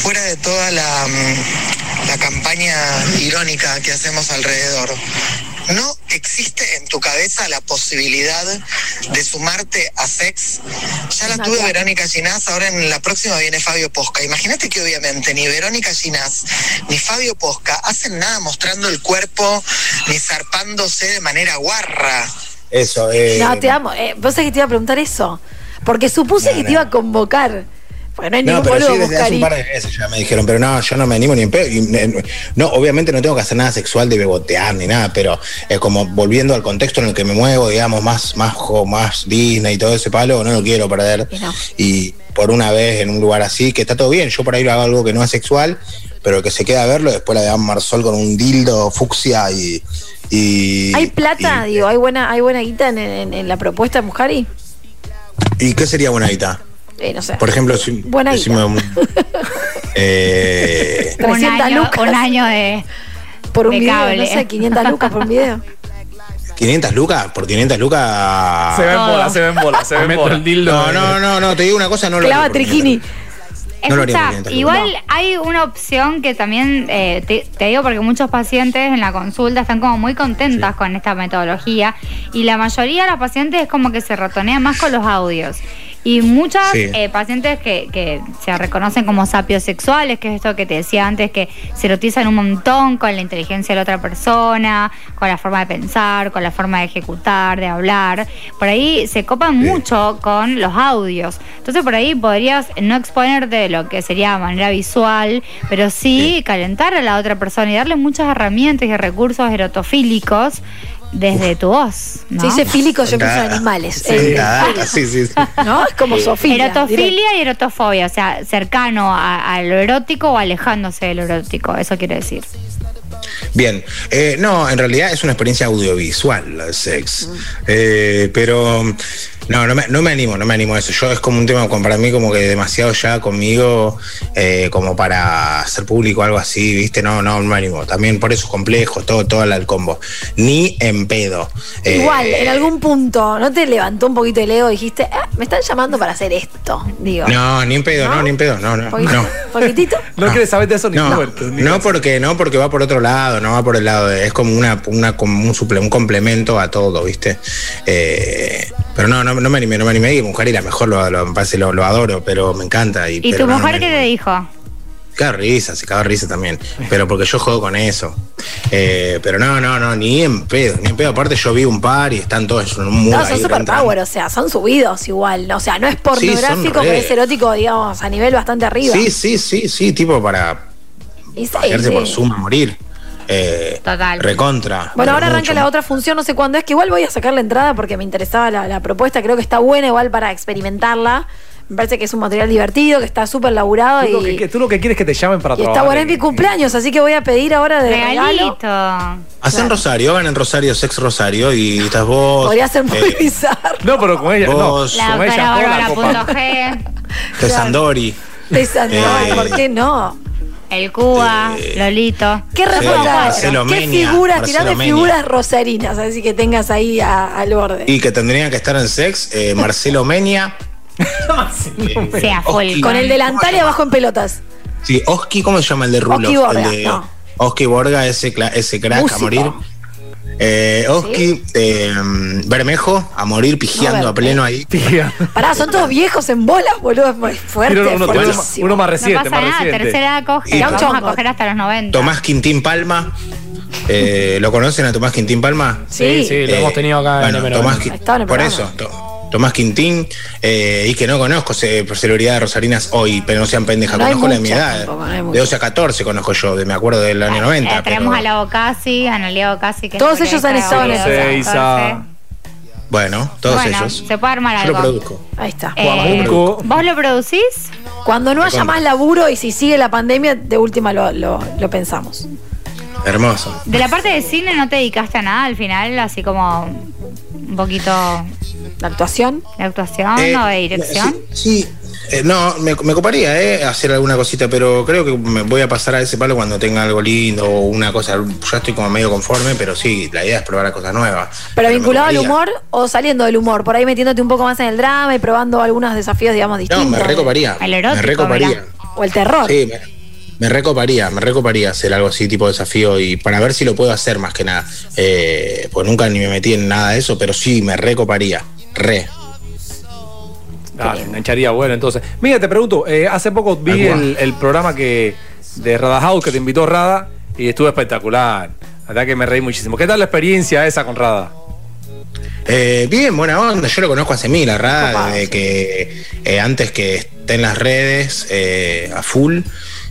H: fuera de toda la, mm, la campaña irónica que hacemos alrededor, ¿no existe en tu cabeza la posibilidad de sumarte a Sex? Ya la tuve Verónica Ginás, ahora en la próxima viene Fabio Posca. Imagínate que obviamente ni Verónica Ginás ni Fabio Posca hacen nada mostrando el cuerpo ni zarpándose de manera guarra.
E: Eso, eh,
C: No, te amo. Eh, vos sabés que te iba a preguntar eso. Porque supuse
E: No,
C: que te
E: no.
C: iba a convocar. Porque no hay
E: No,
C: ningún
E: pero
C: boludo
E: sí, desde hace
C: Muscari.
E: un par de veces ya me dijeron, pero no, yo no me animo ni en pedo. Y, eh, No, obviamente no tengo que hacer nada sexual de bebotear ni nada, pero es como volviendo al contexto en el que me muevo, digamos, más, más, jo- más Disney y todo ese palo, no lo quiero perder.
C: Y no.
E: Y por una vez en un lugar así, que está todo bien, yo por ahí lo hago algo que no es sexual, pero que se queda a verlo, después la de Marsol con un dildo fucsia y... y- eh,
C: Hay plata,
E: y-
C: digo, hay buena, hay buena guita en, en- en la propuesta de Muscari.
E: ¿Y qué sería buena guita?
C: Eh, no sé.
E: Por ejemplo, si...
C: Buena
E: si
C: guita.
E: me- eh,
F: un,
C: 300
F: año,
C: lucas.
F: un año de...
C: por un
F: de
C: video, no
F: cable.
C: sé, 500 lucas por un video.
E: 500 lucas, por 500 lucas.
D: Se ven
F: Todo.
E: Ah.
D: bola, se ven bola, se ven
G: meto
D: bola.
G: el dildo.
E: No, no, no, no, te digo una cosa, no lo
C: Clava
E: haría por
C: triquini.
E: 500. No lo haría
F: Escucha,
E: muy bien, tal vez.
F: igual hay una opción que también eh, te, te digo porque muchos pacientes en la consulta están como muy contentas con esta metodología y la mayoría de los pacientes es como que se ratonean más con los audios. Y muchas
E: Sí.
F: eh, pacientes que, que se reconocen como sapiosexuales, que es esto que te decía antes, que se erotizan un montón con la inteligencia de la otra persona, con la forma de pensar, con la forma de ejecutar, de hablar. Por ahí se copan
E: Sí.
F: mucho con los audios. Entonces por ahí podrías no exponerte lo que sería de manera visual, pero sí, calentar a la otra persona y darle muchas herramientas y recursos erotofílicos desde tu voz. ¿no?
C: Se dice fílico, yo pienso en
E: Data.
C: animales.
E: Sí, Eh,
C: Eh,
E: data, sí, sí, sí.
C: ¿No? Es como Sofía. directo.
F: Erotofilia y erotofobia, o sea, cercano a, a lo erótico o alejándose de lo erótico, eso quiere decir.
E: Bien, Eh, no, en realidad es una experiencia audiovisual la de
C: Mm.
E: sex, Eh, pero no, no me, no me animo, no me animo a eso. Yo es como un tema como para mí como que demasiado ya conmigo, eh, como para hacer público algo así, viste, no, no, no me animo. También por eso es complejo, todo, todo el combo, ni en pedo. Eh,
C: Igual, en algún punto, ¿no te levantó un poquito el ego y dijiste, "Ah, me están llamando para hacer esto? Digo.
E: No, ni en pedo, no, ni en pedo, no, no,
C: Poquito-
E: no.
C: ¿Poquitito?
D: No,
E: No.
D: quieres saber de eso ni
E: No,
D: muerto. ni
E: no
D: nada.
E: porque no porque va por otro lado, no va por el lado de es como una, una como un, suple- un complemento a todo, ¿viste? Eh, pero no, no, no me animé, no me animé y mujer y la mejor lo, lo, me parece, lo, lo adoro, pero me encanta.
F: ¿Y
E: pero
F: tu
E: no, no
F: mujer
E: me
F: qué te
E: animé.
F: dijo?
E: Cago de risa, se cago de risa también. Pero porque yo juego con eso. Eh, pero no, no, no, ni en pedo, ni en pedo. Aparte yo vi un par y están todos en un muro
C: No,
E: ahí
C: son
E: reentrando.
C: superpower, o sea, son subidos igual. O sea, no es
E: son
C: pornográfico, pero
E: re.
C: es erótico, digamos, a nivel bastante arriba.
E: Sí, sí, sí, sí, tipo para
C: Y sí,
E: hacerse
C: sí.
E: por Zoom a morir. Eh,
F: Total.
E: Recontra.
C: Bueno,
E: pero
C: ahora arranca
E: mucho.
C: la otra función, no sé cuándo es, que igual voy a sacar la entrada porque me interesaba la, la propuesta, creo que está buena igual para experimentarla. Me parece que es un material divertido, que está súper laburado
D: Tú lo,
C: y,
D: que, tú lo que quieres es que te llamen para
C: y
D: trabajar.
C: está bueno, es mi cumpleaños, así que voy a pedir ahora de regalo.
F: Regalito.
E: Hacen
C: Claro.
E: Rosario, hagan en Rosario, Sex Rosario y estás vos.
C: Podría ser muy
E: eh,
C: bizarro.
D: No, pero con ella, no.
E: Vos,
F: La
D: Con ella,
F: doctora
D: hola, copa.
F: Bárbara.g,
E: de Sandori.
C: De San-
E: Eh.
C: Ay, ¿por qué no?
F: el Cuba, Lolito.
C: ¿Qué respuesta?
E: Marcelo
C: ¿Qué
E: Menia,
C: figuras?
E: Marcelo
C: Tirás de
E: Menia.
C: figuras rosarinas, así que tengas ahí a- al borde.
E: Y que tendrían que estar en Sex, eh, Marcelo Menia.
F: Sea full.
C: Con el delantal y abajo en pelotas.
E: Sí, Oski, ¿cómo se llama el de Rulo?
C: Oski Borga,
E: El de-
C: no.
E: Oski Borga, ese, cla- ese crack
C: Músico.
E: a morir. Eh, Oski, eh, Bermejo, a morir pijeando
C: No,
E: a pleno ahí.
D: Tía.
C: Pará, son todos viejos en bolas, boludo. Es muy fuerte,
D: Tira uno, uno más-
C: fuertísimo.
D: uno más
F: No
D: reciente,
F: pasa
D: más
F: nada,
D: reciente.
F: tercera coge.
E: Y
F: vamos a
C: Tomás-
F: coger hasta los 90.
E: Tomás Quintín Palma. Eh, ¿Lo conocen a Tomás Quintín Palma?
C: Sí,
G: sí, lo
E: Eh,
G: hemos tenido acá
E: bueno,
G: en el
E: Tomás
C: Ahí
E: Qui-
C: estaba en el
E: Por eso,
C: programa.
E: To- Tomás Quintín, eh, y que no conozco se- por celebridad de Rosarinas hoy, pero no sean pendejas,
C: No hay
E: conozco la de mi
C: muchas
E: edad.
C: tampoco, no hay
E: de
C: muchas.
E: 12 a 14 conozco yo, de, me acuerdo del año 90.
F: Eh, tenemos
E: pero-
F: a la Bocasi, a Analia Bocasi. Que
C: Todos
F: es
C: ellos han estado en
F: periodista,
D: el- Seis a-
E: Bueno, todos
F: bueno,
E: ellos.
F: se puede armar
E: yo
F: algo.
E: lo produzco.
C: Ahí está.
F: Eh,
D: Guamunco.
F: ¿Vos lo producís?
C: Cuando no haya
E: recontra.
C: más laburo y si sigue la pandemia, de última lo, lo- lo pensamos.
E: Hermoso.
F: De la parte de cine no te dedicaste a nada al final, así como un poquito
C: La actuación.
F: de actuación
E: Eh,
F: o de dirección.
E: Sí. sí. Eh, no, me, me coparía eh, hacer alguna cosita, pero creo que me voy a pasar a ese palo cuando tenga algo lindo o una cosa. Yo estoy como medio conforme, pero sí, la idea es probar cosas nuevas.
C: Pero
E: me
C: vinculado al
E: coparía.
C: humor o saliendo del humor, por ahí metiéndote un poco más en el drama y probando algunos desafíos, digamos,
E: No,
C: distintos.
E: me recoparía.
F: Al
E: me
F: erótico,
E: recoparía.
F: mirá.
C: O el terror.
E: Sí, me, me recoparía, me recoparía hacer algo así, tipo desafío, y para ver si lo puedo hacer más que nada. Eh, pues nunca ni me metí en nada de eso, pero sí, me recoparía. Re.
D: Ah, me engancharía bueno entonces. Mira, te pregunto, eh, hace poco vi
E: Alguna.
D: el, el programa que de Rada House que te invitó Rada y estuvo espectacular. La verdad que me reí muchísimo. ¿Qué tal la experiencia esa con Rada?
E: Eh, bien, buena onda. Yo lo conozco hace mil, la Rada, desde que eh, antes que esté en las redes eh, a full.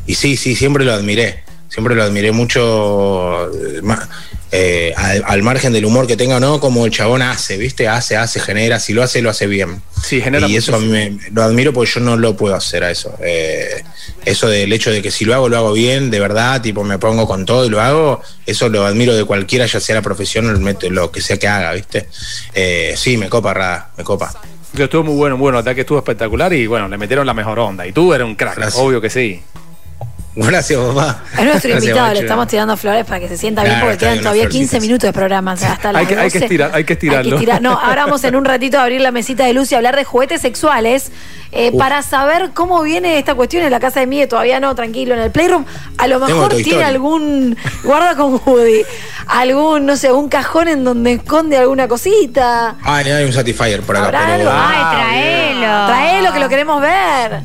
E: Y sí, sí, siempre lo admiré. Siempre lo admiré mucho. eh, ma- eh, al, al margen del humor que tenga o no, como el chabón hace, ¿viste? Hace, hace, genera. Si lo hace, lo hace bien.
D: Sí, genera
E: Y eso a mí me, lo admiro porque yo no lo puedo hacer a eso. Eh, eso del hecho de que si lo hago, lo hago bien, de verdad, tipo me pongo con todo y lo hago, eso lo admiro de cualquiera, ya sea la profesión o el método, lo que sea que haga, ¿viste? Eh, sí, me copa, Rada, me copa.
D: Yo estuvo muy bueno, bueno, la verdad que estuvo espectacular y bueno, le metieron la mejor onda. Y tú eres un crack,
E: Gracias.
D: obvio que sí.
E: Gracias, papá.
C: Es nuestro
E: Gracias,
C: invitado, le
E: Bacho.
C: estamos tirando flores para que se sienta bien
D: Ah,
E: Claro,
C: porque
E: está
C: quedan
E: bien,
C: todavía
E: unas
C: 15
E: florcitas.
C: minutos de programa. o sea, hasta las
D: Hay que- hay que
C: 12.
D: estirar- hay que estirarlo.
C: No, ahora vamos en un ratito a abrir la mesita de luz y hablar de juguetes sexuales. eh, para saber cómo viene esta cuestión en la casa de Miguel, todavía no, tranquilo, en el Playroom. A lo
E: Tengo
C: mejor
E: Toy
C: tiene
E: Story.
C: algún, guarda con Woody, algún, no sé, un cajón en donde esconde alguna cosita.
E: Ah, ni hay un Satisfyer por acá,
C: ¿Habrá algo?
E: pero.
F: Ay,
D: Ah,
F: traelo.
C: Traelo, que lo queremos ver.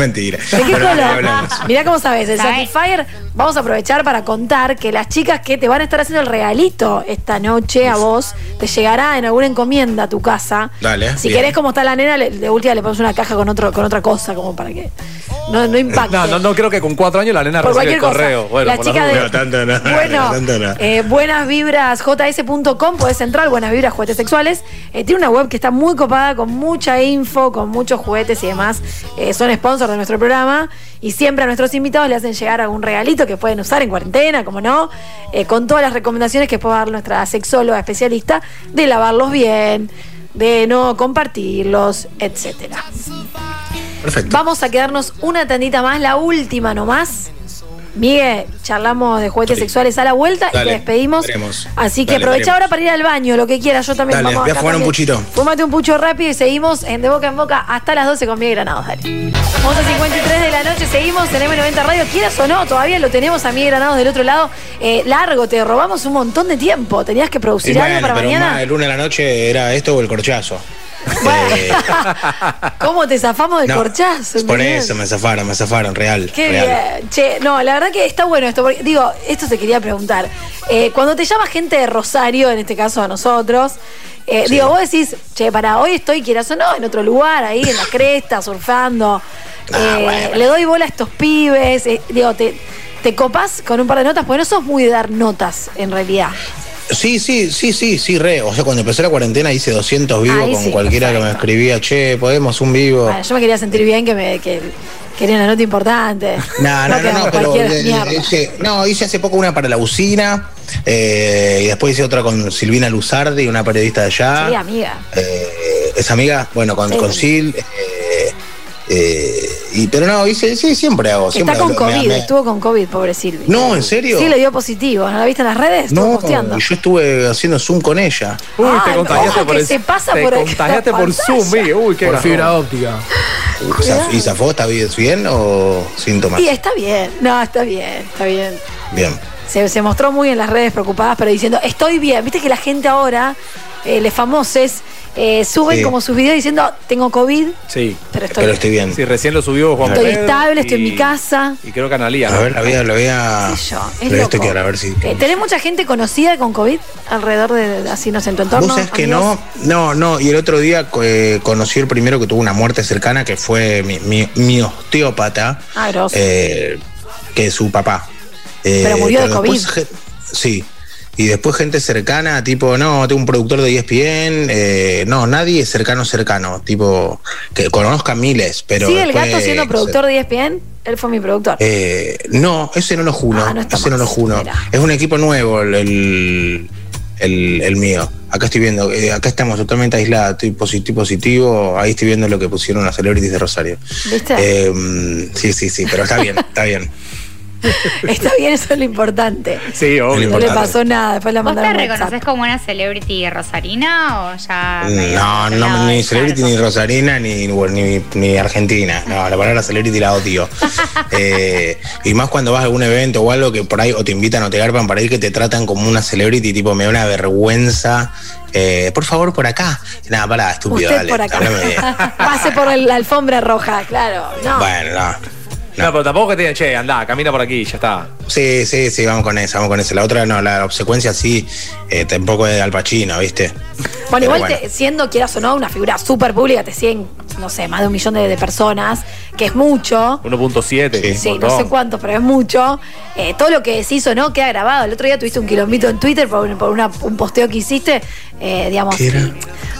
E: Mentira.
C: ¿De qué
E: Pero ahora
C: color?
E: hablamos.
C: Ah, Mirá cómo sabes, el
F: ¿Sabés?
C: Satisfyer. Vamos a aprovechar para contar que las chicas que te van a estar haciendo el regalito esta noche a vos, te llegará en alguna encomienda a tu casa.
E: Dale,
C: Si
E: bien.
C: querés, como está la nena, le- de última le ponemos una caja con, otro, con otra cosa, como para que no, no impacte.
D: No, no, no creo que con cuatro años la nena
C: Por
D: recibe
C: cualquier
D: el
C: cosa.
D: correo. Bueno,
C: las
D: por las
C: chicas de.
D: dudas.
E: No, tanto no.
C: Bueno,
E: Tanto no.
C: eh, buenas vibras, js.com, podés entrar, buenas vibras, juguetes sexuales. Eh, tiene una web que está muy copada, con mucha info, con muchos juguetes y demás. Eh, son sponsors de nuestro programa y siempre a nuestros invitados le hacen llegar algún regalito que pueden usar en cuarentena, como no, eh, con todas las recomendaciones que puede dar nuestra sexóloga especialista de lavarlos bien, de no compartirlos, etcétera.
E: Perfecto.
C: Vamos a quedarnos una tandita más, la última nomás. Miguel, charlamos de juguetes
E: Sí.
C: sexuales a la vuelta y
E: Dale,
C: te despedimos.
E: veremos.
C: Así que
E: Dale,
C: aprovecha
E: veremos.
C: ahora para ir al baño, lo que quieras. Yo también
E: Dale, voy a
C: acá
E: fumar un
C: también.
E: puchito.
C: Fúmate un pucho rápido y seguimos en De Boca en Boca hasta las 12 con Miguel Granados. Dale. 11.53 de la noche, seguimos en M90 Radio. Quieras o no, todavía lo tenemos a Miguel Granados del otro lado. Eh, largo, te robamos un montón de tiempo. Tenías que
E: Y
C: producir
E: bueno,
C: algo para
E: pero
C: mañana.
E: ma- el lunes a la noche era esto o el corchazo.
C: Bueno.
E: Eh,
C: ¿Cómo te zafamos del
E: no,
C: corchazo?
E: Por
C: Miguel?
E: eso me zafaron, me zafaron, real.
C: Qué
E: real.
C: bien. Che, no, la verdad que está bueno esto. Porque, digo, esto te quería preguntar. Eh, cuando te llama gente de Rosario, en este caso a nosotros, eh, digo, vos decís, che, para hoy estoy, quieras o no, en otro lugar, ahí en la cresta, surfando. Eh,
E: Ah, bueno.
C: Le doy bola a estos pibes. Eh, digo, te, te copás con un par de notas, porque no sos muy de dar notas, en realidad.
E: Sí, sí, sí, sí, sí, re. O sea, cuando empecé la cuarentena hice 200 vivos
C: Ahí
E: con
C: sí,
E: cualquiera que me
C: perfecto.
E: escribía, che, podemos un vivo.
C: Bueno, yo me quería sentir bien que me. Que, Quería una nota importante.
E: No, no, no,
C: que
E: no, pero
C: cualquier
E: eh,
C: mierda.
E: hice, no, hice hace poco una para la usina eh, y después hice otra con Silvina Luzardi, una periodista de allá.
C: Sí, amiga.
E: Eh, es amiga, bueno, con,
C: Sí.
E: con Sil. eh, eh, y, pero no, hice, sí, siempre hago. Siempre
C: Está con
E: hago, me-
C: COVID,
E: me-
C: estuvo con COVID, pobre Silvi.
E: No, ¿en serio?
C: Sí, le dio positivo. ¿No la viste en las redes? Estuvo
E: No,
C: posteando.
E: y yo estuve haciendo Zoom con ella.
D: Uy, te
C: Ay,
D: contagiaste
C: ojo
D: por
C: que
D: el-
C: se pasa
D: te
C: por acá
D: contagiaste
C: la
D: por Zoom,
C: pantalla.
D: Miguel. Uy, qué
G: Por
D: garrón.
G: fibra óptica.
E: ¿Y Zaf- ¿Y Zafó está bien, bien o síntomas?
C: Ah, Y está bien. No, está bien, está bien.
E: Bien.
C: Se, se mostró muy en las redes preocupadas, pero diciendo, estoy bien. Viste que la gente ahora, eh, los famosos, eh, suben
E: Sí.
C: como sus videos diciendo, tengo COVID,
D: Sí.
C: pero estoy
E: Pero
C: bien.
E: estoy bien.
D: Sí, recién lo subió Juan
C: Estoy
D: Pedro
C: estable, estoy en
D: y-
C: mi casa.
D: Y creo que Analía.
E: A
D: ¿no?
E: ver, la voy a. La voy a
C: Qué sé yo, es
E: la voy a
C: loco.
E: toquear, a ver si.
C: Eh, ¿Tenés mucha gente conocida con COVID alrededor de, de- así, no sé, en tu entorno?
E: Vos sabés que
C: amigos?
E: no, no, no. Y el otro día eh, conocí el primero que tuvo una muerte cercana, que fue mi, mi- mi osteópata,
C: Ah, grosso.
E: eh, que es su papá. Eh,
C: Pero murió de
E: después
C: COVID.
E: gen- sí. Y después gente cercana, tipo, no, tengo un productor de E ESPN, eh, no, nadie cercano, cercano, tipo, que conozca miles, pero...
C: ¿Sigue el
E: después-
C: gato siendo productor de E ESPN? Él fue mi productor.
E: Eh, no, ese no lo juro.
C: Ah, no está
E: ese no
C: más.
E: lo juro.
C: Mira.
E: Es un equipo nuevo el, el, el- el mío. Acá estoy viendo, eh, acá estamos totalmente aislados. Estoy positivo, positivo. Ahí estoy viendo lo que pusieron las celebrities de Rosario.
C: ¿Viste?
E: Eh, mm, sí, sí, sí, pero está bien, está bien.
C: Está bien, eso es lo importante.
D: Sí, obvio.
C: No le
E: Importante.
C: pasó nada, después la
F: ¿Vos
C: mandaron.
F: te
C: un
F: reconoces
C: WhatsApp.
F: como una celebrity rosarina o ya? medio
E: No,
F: del lado
E: no, ni
F: del
E: celebrity, ni
F: charco?
E: rosarina, ni, ni, ni argentina. No, la palabra celebrity la odio. Eh, y más cuando vas a algún evento o algo que por ahí o te invitan o te garpan para ir que te tratan como una celebrity, tipo, me da una vergüenza. Eh, por favor, por acá. Nada, pará, estúpido,
C: Usted
E: dale.
C: por acá.
E: háblame bien.
C: Pase por el- la alfombra roja, claro. No.
E: Bueno, no.
D: No, pero tampoco que te digan, che, andá, camina por aquí, ya está.
E: Sí, sí, sí, vamos con esa, vamos con esa. La otra no, la obsecuencia sí, eh, tampoco es de Al Pacino, ¿viste?
C: Bueno, igual
E: Pero
C: te- siendo, quieras o no, una figura súper pública, te siguen, no sé, más de un millón de, de personas, que es mucho.
D: 1.7.
E: Sí.
D: un
C: Sí, no
D: montón.
C: sé cuánto, pero es mucho. Eh, todo lo que decís o no queda grabado. El otro día tuviste un quilombito en Twitter por, un- por una- un posteo que hiciste, eh, digamos.
E: ¿Qué era?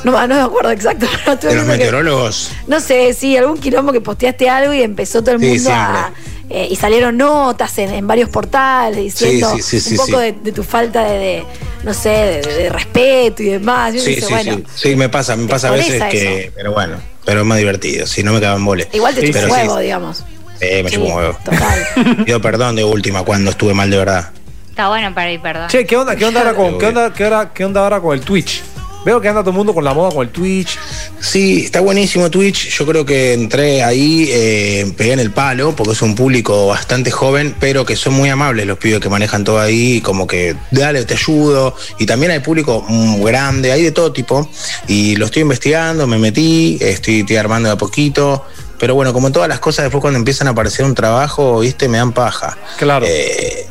C: No, no me acuerdo exacto. pero estuve
E: ¿De los
C: viendo que-
E: meteorólogos?
C: no sé, sí, algún quilombo que posteaste algo y empezó todo el
E: Sí,
C: mundo a. eh, y salieron notas en, en varios portales diciendo
E: Sí, sí, sí, sí,
C: un poco
E: sí.
C: de, de tu falta de, de, no sé, de, de respeto y demás. Y uno
E: Sí,
C: dice,
E: sí,
C: bueno,
E: sí. Sí, me pasa, me pasa a
C: pones
E: veces
C: a
E: que.
C: eso.
E: Pero bueno, pero es más divertido, si no me cagan boles.
C: igual te
E: Sí,
C: chupa un
E: pero sí,
C: huevo, digamos.
E: Eh, me
C: Sí,
E: chupo un huevo.
C: total.
E: Pido perdón de última cuando estuve mal de verdad.
F: Está bueno para ir, perdón.
D: Che, ¿qué onda, qué onda, ahora con, qué onda, qué hora- qué onda ahora con el Twitch? Veo que anda todo el mundo con la moda con el Twitch.
E: Sí, está buenísimo Twitch. Yo creo que entré ahí, eh, pegué en el palo, porque es un público bastante joven, pero que son muy amables los pibes que manejan todo ahí, como que dale, te ayudo. Y también hay público mm, grande, hay de todo tipo. Y lo estoy investigando, me metí, estoy, estoy armando de a poquito. Pero bueno, como todas las cosas, después cuando empiezan a aparecer un trabajo, viste, me dan paja.
D: Claro.
E: Eh,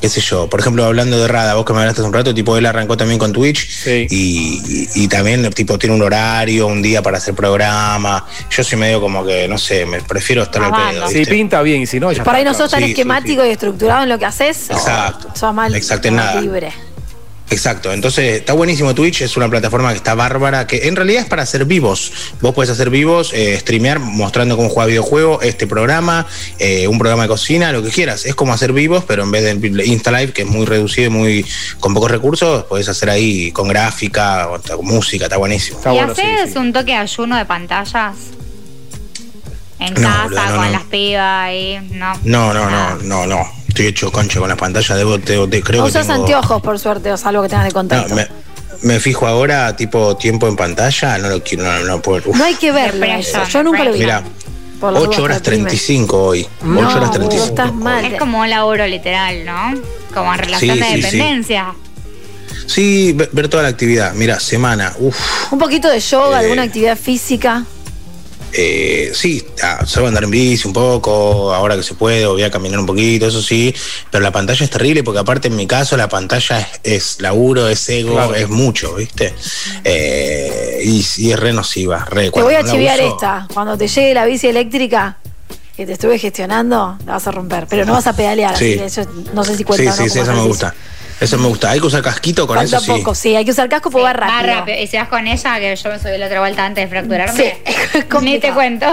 E: qué sé yo, por ejemplo, hablando de Rada, vos que me hablaste hace un rato, tipo, él arrancó también con Twitch
D: Sí.
E: y, y- y también, tipo, tiene un horario, un día para hacer programa. Yo soy medio como que, no sé, me prefiero estar al
F: Avanza.
E: pedo.
D: Si
E: ¿viste?
D: pinta bien, y si no, ya
C: Por ahí
D: está,
C: no sos tan
E: Sí, sí,
C: esquemático y estructurado en lo que haces.
E: Exacto.
C: Sos más
E: Exacto, en
C: más
E: nada.
C: libre.
E: Exacto, entonces está buenísimo Twitch, es una plataforma que está bárbara, que en realidad es para hacer vivos. Vos podés hacer vivos, eh, streamear mostrando cómo juega videojuego, este programa, eh, un programa de cocina, lo que quieras. Es como hacer vivos, pero en vez de Insta Live, que es muy reducido, y muy con pocos recursos, podés hacer ahí con gráfica, o con música, está buenísimo.
D: Está
F: ¿Y
D: bueno, sí,
F: haces
D: sí.
F: un toque de ayuno de pantallas? En
E: No,
F: casa,
E: boludo, no,
F: con
E: no.
F: las pibas y. No,
E: No, no,
F: Ah.
E: no, no, no. Estoy hecho concha con la pantalla, debo, debo- de- creo
C: No
E: que
C: usas
E: tengo-
C: anteojos, por suerte, o salvo que tengas de
E: No,
C: contacto. No,
E: me, me fijo ahora, tipo tiempo en pantalla, no lo quiero, no, no puedo. uf.
C: hay que verlo.
F: Depresión,
C: eso. Yo nunca lo vi.
E: Mira,
C: Por las
E: 8
C: dudas,
E: horas
C: reprime.
E: 35 hoy. 8
C: No,
E: horas
C: vos
E: 35.
C: estás mal.
F: Es como un laburo literal, ¿no? Como en relación
E: Sí,
F: de
E: sí, sí.
F: dependencia.
E: Sí, ve- ver toda la actividad. Mira, semana. Uf.
C: Un poquito de yoga,
E: Eh.
C: alguna actividad física.
E: Eh, sí, ah, salgo a andar en bici un poco, ahora que se puede, voy a caminar un poquito, eso sí. Pero la pantalla es terrible porque aparte en mi caso la pantalla es, es laburo, es ego,
D: Claro.
E: es mucho, ¿viste? Eh, y, y es re nociva. Re,
C: Te
E: cuando
C: voy a
E: no la
C: chiviar
E: uso-
C: esta. Cuando te llegue la bici eléctrica que te estuve gestionando, la vas a romper. Pero no vas a pedalear.
E: Sí.
C: así que eso no sé si cuenta
E: Sí,
C: o no
E: sí,
C: como
E: sí, eso me
C: ejercicio.
E: gusta. Eso me gusta. Hay que usar casquito con
C: Falta
E: eso, sí.
C: poco, sí. Hay que usar casco porque va rápido.
F: Y si vas con ella, que yo me subí la otra vuelta antes de fracturarme.
C: Sí, es complicado.
F: Ni te cuento.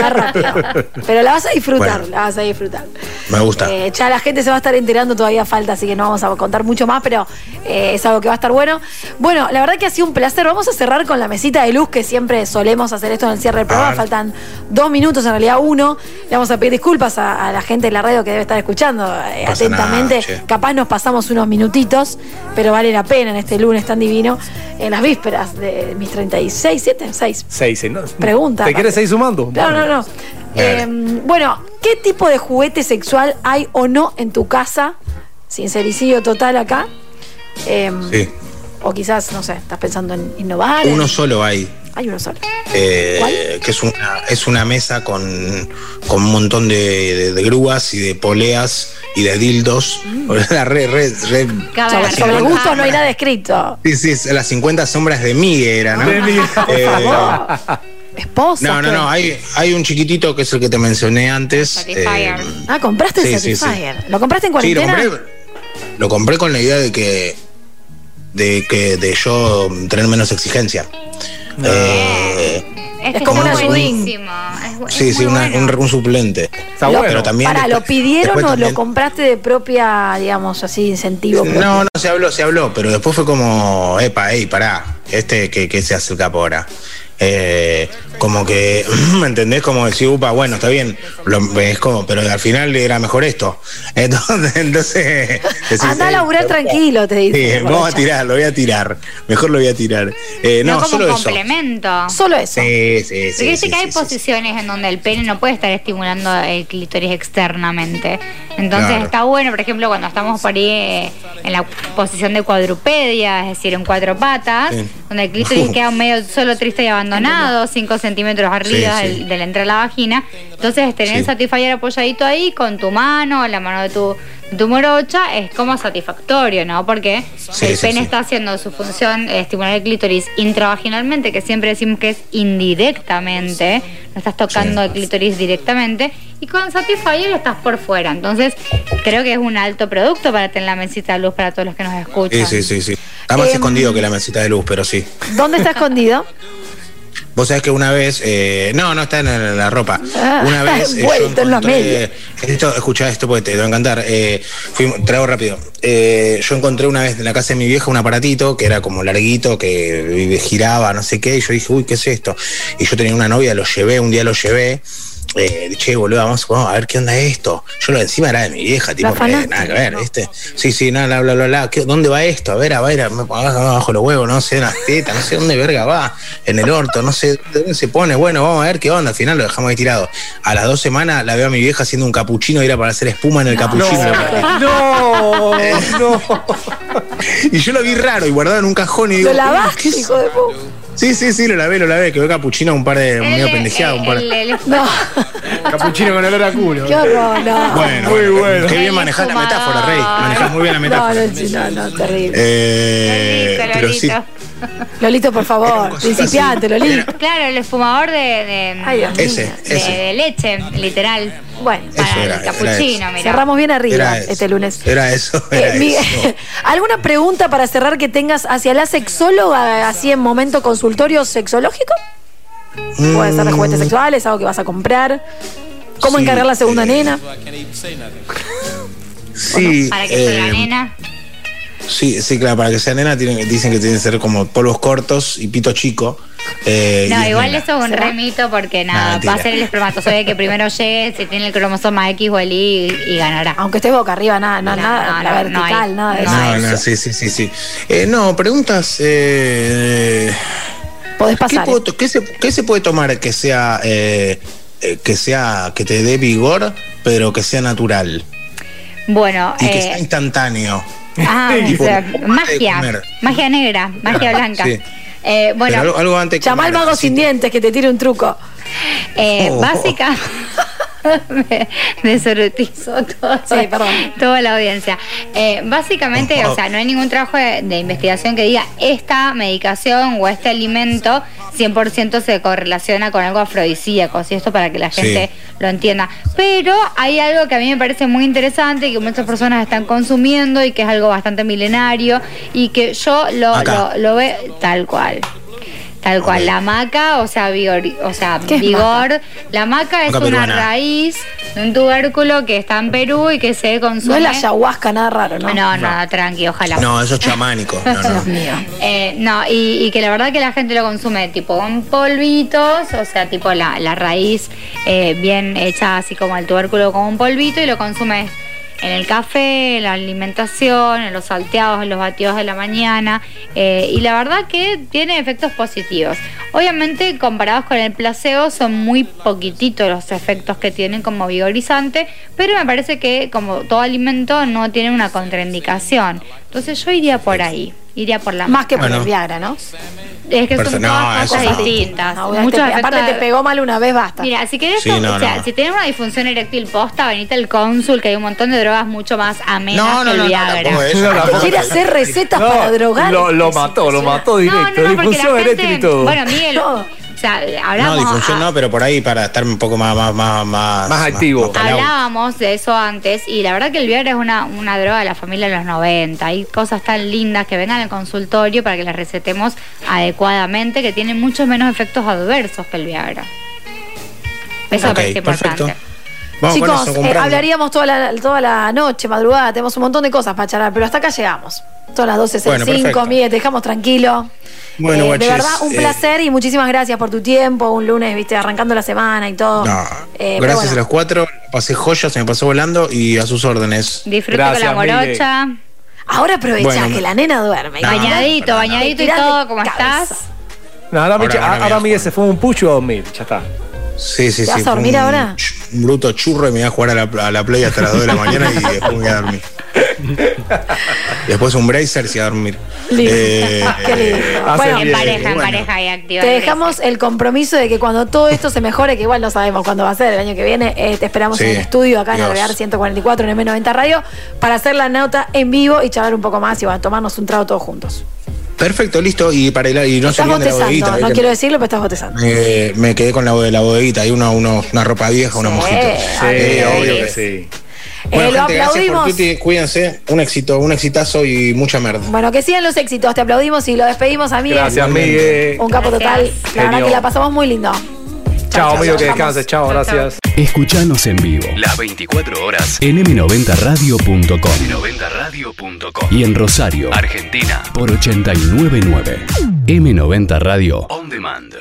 C: Va rápido. Pero la vas a disfrutar,
E: Bueno.
C: la vas a disfrutar.
E: Me gusta.
C: Eh, ya la gente se va a estar enterando, todavía falta, así que no vamos a contar mucho más, pero eh, es algo que va a estar bueno. Bueno, la verdad que ha sido un placer. Vamos a cerrar con la mesita de luz, que siempre solemos hacer esto en el cierre del programa.
E: ver.
C: Faltan dos minutos, en realidad uno. Le vamos a pedir disculpas a, a la gente de la radio que debe estar escuchando eh,
E: Pasa nada,
C: atentamente.
E: che.
C: Capaz nos pasamos unos minutitos, pero vale la pena en este lunes tan divino, en las vísperas de mis 36, 7, 6.
D: Seis, seis, no.
C: Pregunta.
D: ¿Te quieres
C: aparte.
D: seguir sumando?
C: No, no, no.
E: Dale.
C: Eh, bueno, ¿qué tipo de juguete sexual hay o no en tu casa? Sincericidio total acá. Eh,
E: Sí.
C: O quizás, no sé, estás pensando en innovar.
E: Uno solo hay.
C: Hay uno solo.
E: eh,
C: ¿Cuál?
E: que es una, es una mesa con, con un montón de, de- de grúas y de poleas y de dildos. La re, re, re-
C: Sobre,
F: Caballo.
C: sobre gustos no hay nada escrito.
E: sí, sí, es las 50 sombras de Migue era, ¿no?
D: De Migue.
E: Eh,
C: Esposa.
E: no, no, no, hay, hay un chiquitito que es el que te mencioné antes. eh,
F: Satisfyer.
C: Ah, compraste el
E: Sí, sí, sí.
C: Satisfyer. ¿Lo compraste en
E: sí, lo
C: cuarentena?
E: compré, lo compré con la idea de que de que de yo tener menos exigencia. Eh,
F: Este
C: Es como una
F: está
C: budín.
F: buenísimo. Es bu-
E: sí,
F: es
E: sí,
F: muy
E: una-
F: bueno.
E: un, un suplente.
D: Está
C: Lo-
D: bueno.
E: Pero también
C: Pará, ¿lo
E: después-
C: pidieron
E: después
C: o
E: también-
C: lo compraste de propia, digamos, así, incentivo?
E: No, no se habló, se habló, pero después fue como, epa, ey, pará, este que, que se hace el capo ahora. Eh, como que, ¿me entendés? Como decir, upa, bueno, está bien, lo- es como, pero al final era mejor esto. Entonces, entonces decís,
C: Andá a
E: "Ey,
C: laburar
E: pero-
C: tranquilo, te
E: Sí,
C: dice.
E: vamos a tirar, lo voy a tirar. Mejor lo voy a tirar. Eh,
F: No,
E: no,
F: como
E: solo
F: un
E: eso.
F: complemento.
C: Solo eso.
E: Sí, sí, sí.
F: Porque dice
E: sí,
F: que hay
E: sí, sí, sí.
F: posiciones en donde el pene no puede estar estimulando el clítoris externamente. Entonces
E: Claro.
F: está bueno, por ejemplo, cuando estamos por ahí eh, en la posición de cuadrupedia, es decir, en cuatro patas,
E: Sí.
F: donde el clítoris queda medio solo triste y abandonado, cinco centímetros arriba
E: Sí, sí.
F: Del, de la entrada a la vagina. Entonces tener
E: Sí.
F: el satisfier apoyadito ahí con tu mano, la mano de tu, de tu morocha, es como satisfactorio, ¿no? Porque
E: Sí,
F: el
E: sí,
F: pene
E: sí.
F: está haciendo su función eh, estimular el clítoris intravaginalmente, que siempre decimos que es indirectamente, no estás tocando
E: Sí.
F: el clítoris directamente, y con Satisfyer estás por fuera. Entonces, creo que es un alto producto para tener la mesita de luz para todos los que nos escuchan.
E: Sí, sí, sí, sí. Está más
C: Em,
E: escondido que la mesita de luz, pero sí.
C: ¿Dónde está escondido?
E: Vos sabés que una vez, eh, no, no está en la, la ropa.
C: Ah,
E: una vez eh,
C: envuelto en la
E: encontré-
C: media.
E: esto, escuchá esto porque te va a encantar. Eh, fui- traigo rápido. Eh, yo encontré una vez en la casa de mi vieja un aparatito que era como larguito, que giraba, no sé qué, y yo dije, uy, ¿qué es esto? Y yo tenía una novia, lo llevé, un día lo llevé. eh, che, boludo, vamos, vamos a ver qué onda esto. Yo lo de encima era de mi vieja, tipo, eh,
C: afanaste,
E: nada que ver, ¿viste? Sí, sí, nada, bla, bla, bla, bla. ¿Qué- ¿Dónde va esto? A ver, a ver, a- abajo los huevos, no sé, en las tetas, no sé dónde verga va, en el orto, no sé dónde se pone. Bueno, vamos a ver qué onda. Al final lo dejamos ahí tirado. A las dos semanas la veo a mi vieja haciendo un capuchino y era para hacer espuma en el capuchino.
D: No, no.
E: Y yo lo vi raro y guardado en un cajón y digo.
C: Lo lavaste,
E: "¿Qué es
C: hijo de puta.
E: Sí, sí, sí, lo lavé, lo lavé, quedó capuchino un par de, medio pendejeado, un par
F: el- el-
C: No,
G: Capuchino con olor a culo.
C: qué horror, no.
E: Bueno,
D: Muy bueno.
E: Qué
F: El
E: bien manejás la
F: esfumador.
E: metáfora, Rey. Manejás muy bien la
C: No,
E: metáfora.
C: no, sí, no, no, terrible.
E: Eh,
F: Lolito,
E: pero sí,
F: Lolito.
C: Lolito, por
E: eran
C: favor,
E: cositas
C: principiante,
E: así.
C: Lolito.
F: Claro, el esfumador de, de,
C: Ay, Dios mío.
E: Ese,
F: de-
E: ese.
F: de leche, literal.
C: Bueno,
E: Eso
F: Para
E: era,
F: el
E: era
F: capuchino, mira.
C: cerramos bien arriba
E: era eso.
C: este lunes.
E: Era eso,
C: Eh,
E: era
C: Miguel,
E: eso.
C: ¿Alguna pregunta para cerrar que tengas hacia la sexóloga, así en momento consultorio sexológico?
E: Mm.
C: Pueden ser de juguetes sexuales, algo que vas a comprar. ¿Cómo
E: Sí,
C: encargar la segunda
E: eh,
C: nena?
E: Sí,
F: Para que sea la
E: eh,
F: nena.
E: sí, sí, claro, para que sea nena tienen, dicen que tienen que ser como polvos cortos y pito chico. eh, y
F: No,
E: es
F: igual
E: nena.
F: esto es un
C: ¿Será?
F: remito porque
E: No,
F: nada,
E: mentira.
F: va a ser el espermatozoide que primero llegue, si tiene el cromosoma X o el Y y ganará.
C: Aunque estés boca arriba, nada, nada,
F: No,
C: nada,
F: no,
C: la
F: no,
C: vertical,
F: no hay.
C: nada de
F: No
C: eso.
E: No, no, sí, sí, sí, sí. Eh, no, preguntas. eh,
C: Podés
E: ¿qué,
C: pasar. eh.
E: puedo to- qué se, qué se puede tomar que sea, eh, eh, que sea, que te dé vigor, pero que sea natural
F: Bueno,
E: y que
F: eh,
E: sea instantáneo?
F: ah, o
E: tipo,
F: sea,
E: antes de
F: magia,
E: comer.
F: magia negra, magia blanca.
E: Sí.
F: Eh,
E: Pero
F: bueno,
E: algo, algo antes. de
C: Llamá al
E: comer,
C: mago
E: así.
C: sin dientes que te tire un truco.
F: Eh,
E: Oh.
F: Básica. me, me sorutizo todo-
C: Sí, perdón.
F: toda la audiencia. Eh, básicamente, o sea, no hay ningún trabajo de, de investigación que diga esta medicación o este alimento 100% se correlaciona con algo afrodisíaco, ¿sí? esto para que la
E: Sí.
F: gente lo entienda. Pero hay algo que a mí me parece muy interesante y que muchas personas están consumiendo y que es algo bastante milenario y que yo lo,
E: Acá.
F: lo, lo veo tal cual. Tal cual, la maca, o sea, vigor, o sea,
C: ¿Qué es
F: vigor. La maca es
E: Maca
F: una
E: peruana.
F: raíz de un tubérculo que está en Perú y que se consume.
C: No es la ayahuasca, nada raro, ¿no?
F: No, no, tranqui, ojalá.
E: No, eso es chamánico. No, no.
C: Dios mío.
F: Eh, no, y, y que la verdad que la gente lo consume tipo con polvitos, o sea, tipo la, la raíz eh, bien hecha así como el tubérculo con un polvito y lo consume en el café, en la alimentación, en los salteados, en los batidos de la mañana. eh, y la verdad que tiene efectos positivos. Obviamente, comparados con el placebo, son muy poquititos los efectos que tienen como vigorizante, pero me parece que, como todo alimento, no tiene una contraindicación. Entonces, yo iría por ahí. Iría por la
C: Más que por
E: Bueno.
C: el Viagra, ¿no?
F: es que son
E: Perso- no,
F: todas
E: eso
F: cosas
E: no.
F: distintas.
C: No,
F: Muchos
C: obviamente, aparte
F: efectos-
C: te pegó mal una vez, basta.
F: Mira, si querés,
E: Sí,
F: o-
E: no,
F: o sea,
E: no.
F: si tenés una disfunción eréctil posta, venite al cónsul, que hay un montón de drogas mucho más amenas
E: No, no,
F: que
E: no,
F: el
E: no,
F: Viagra.
E: tampoco eso.
D: No, tampoco.
C: Quiere hacer recetas para drogar. este
D: Lo, lo mató, lo mató directo. difusión eléctrica y todo.
F: Bueno, Miguel,
C: No.
F: o sea,
E: No,
F: hablamos.
E: difusión
F: a-
E: no, pero por ahí para estar un poco más más más más,
D: Más activo.
E: pelado.
F: Hablábamos de eso antes y la verdad que el Viagra es una, una droga de la familia de los 90. Hay cosas tan lindas que vengan al consultorio para que las recetemos adecuadamente, que tienen muchos menos efectos adversos que el Viagra. Eso me
E: Ok,
F: parece importante.
E: perfecto. Vamos con
C: Chicos,
E: eso,
C: eh,
E: comprando.
C: hablaríamos toda la, toda la noche, madrugada, tenemos un montón de cosas para charlar, pero hasta acá llegamos. Son las 12.05,
E: Bueno, perfecto.
C: Miguel, te dejamos tranquilo.
E: Bueno,
C: Eh, de
E: guaches,
C: verdad, un
E: eh,
C: placer y muchísimas gracias por tu tiempo, un lunes, viste, arrancando la semana y todo.
E: No,
C: Eh, pero
E: gracias
C: bueno,
E: a los cuatro, pasé joyas, se me pasó volando y a sus órdenes.
F: Disfruto
D: Gracias,
F: con la morocha.
C: Ahora aprovechá
E: Bueno,
C: que la nena duerme.
E: No,
F: Bañadito,
E: no, no, no.
F: bañadito y
C: Tirás de
F: todo, ¿cómo
C: cabeza.
F: estás?
D: No, ahora, Miche-
E: Ahora, ahora
D: ahora
E: me
D: Miguel
E: voy a
D: se fue a un pucho a dormir. Ya está.
E: Sí, sí,
C: ¿Te
E: sí.
C: vas a
E: fue
C: dormir
E: un
C: ahora?
E: ch- Un bruto churro y me voy a jugar a la, a la playa hasta las 2 de la mañana y después me voy a dormir. Después un bracer y a dormir.
C: Lindo.
E: Eh,
C: Qué lindo.
D: hace
C: Bueno,
F: En
D: bien.
F: pareja, en
E: bueno.
F: pareja y activa.
C: Te dejamos el compromiso de que cuando todo esto se mejore, que igual no sabemos cuándo va a ser, el año que viene, eh, te esperamos
E: Sí,
C: en el estudio acá en
E: Dios.
C: Alvear 144 en M90 Radio para hacer la nota en vivo y charlar un poco más y bueno, tomarnos un trago todos juntos.
E: Perfecto, listo. Y para ir a- y no se
C: Estás
E: olviden de la bodeguita.
C: botezando, no
E: ¿viste?
C: quiero decirlo, pero estás botezando.
E: me, me quedé con la, bo- la bodeguita, hay una, uno- una ropa vieja, una
C: Sí.
E: mojito.
C: Sí,
D: Sí,
E: Eh,
D: obvio
E: obvio.
D: que sí.
E: Bueno,
C: Eh, lo
E: gente, gracias por
C: aplaudimos.
E: tuti, cuídense, un éxito, un exitazo y mucha merda.
C: Bueno, que sigan los éxitos, te aplaudimos y lo despedimos, amigos.
D: Gracias, Miguel.
C: Un capo total.
F: Gracias.
C: La verdad
D: Genio.
C: que la pasamos muy lindo.
D: Chao, amigo, que
C: chao.
D: descanses. Chao, gracias.
A: Escuchanos en vivo
B: Las 24 horas.
A: en m90radio.com
B: 90radio.com.
A: y en Rosario
B: Argentina.
A: por 899 M90 Radio.
B: On demand.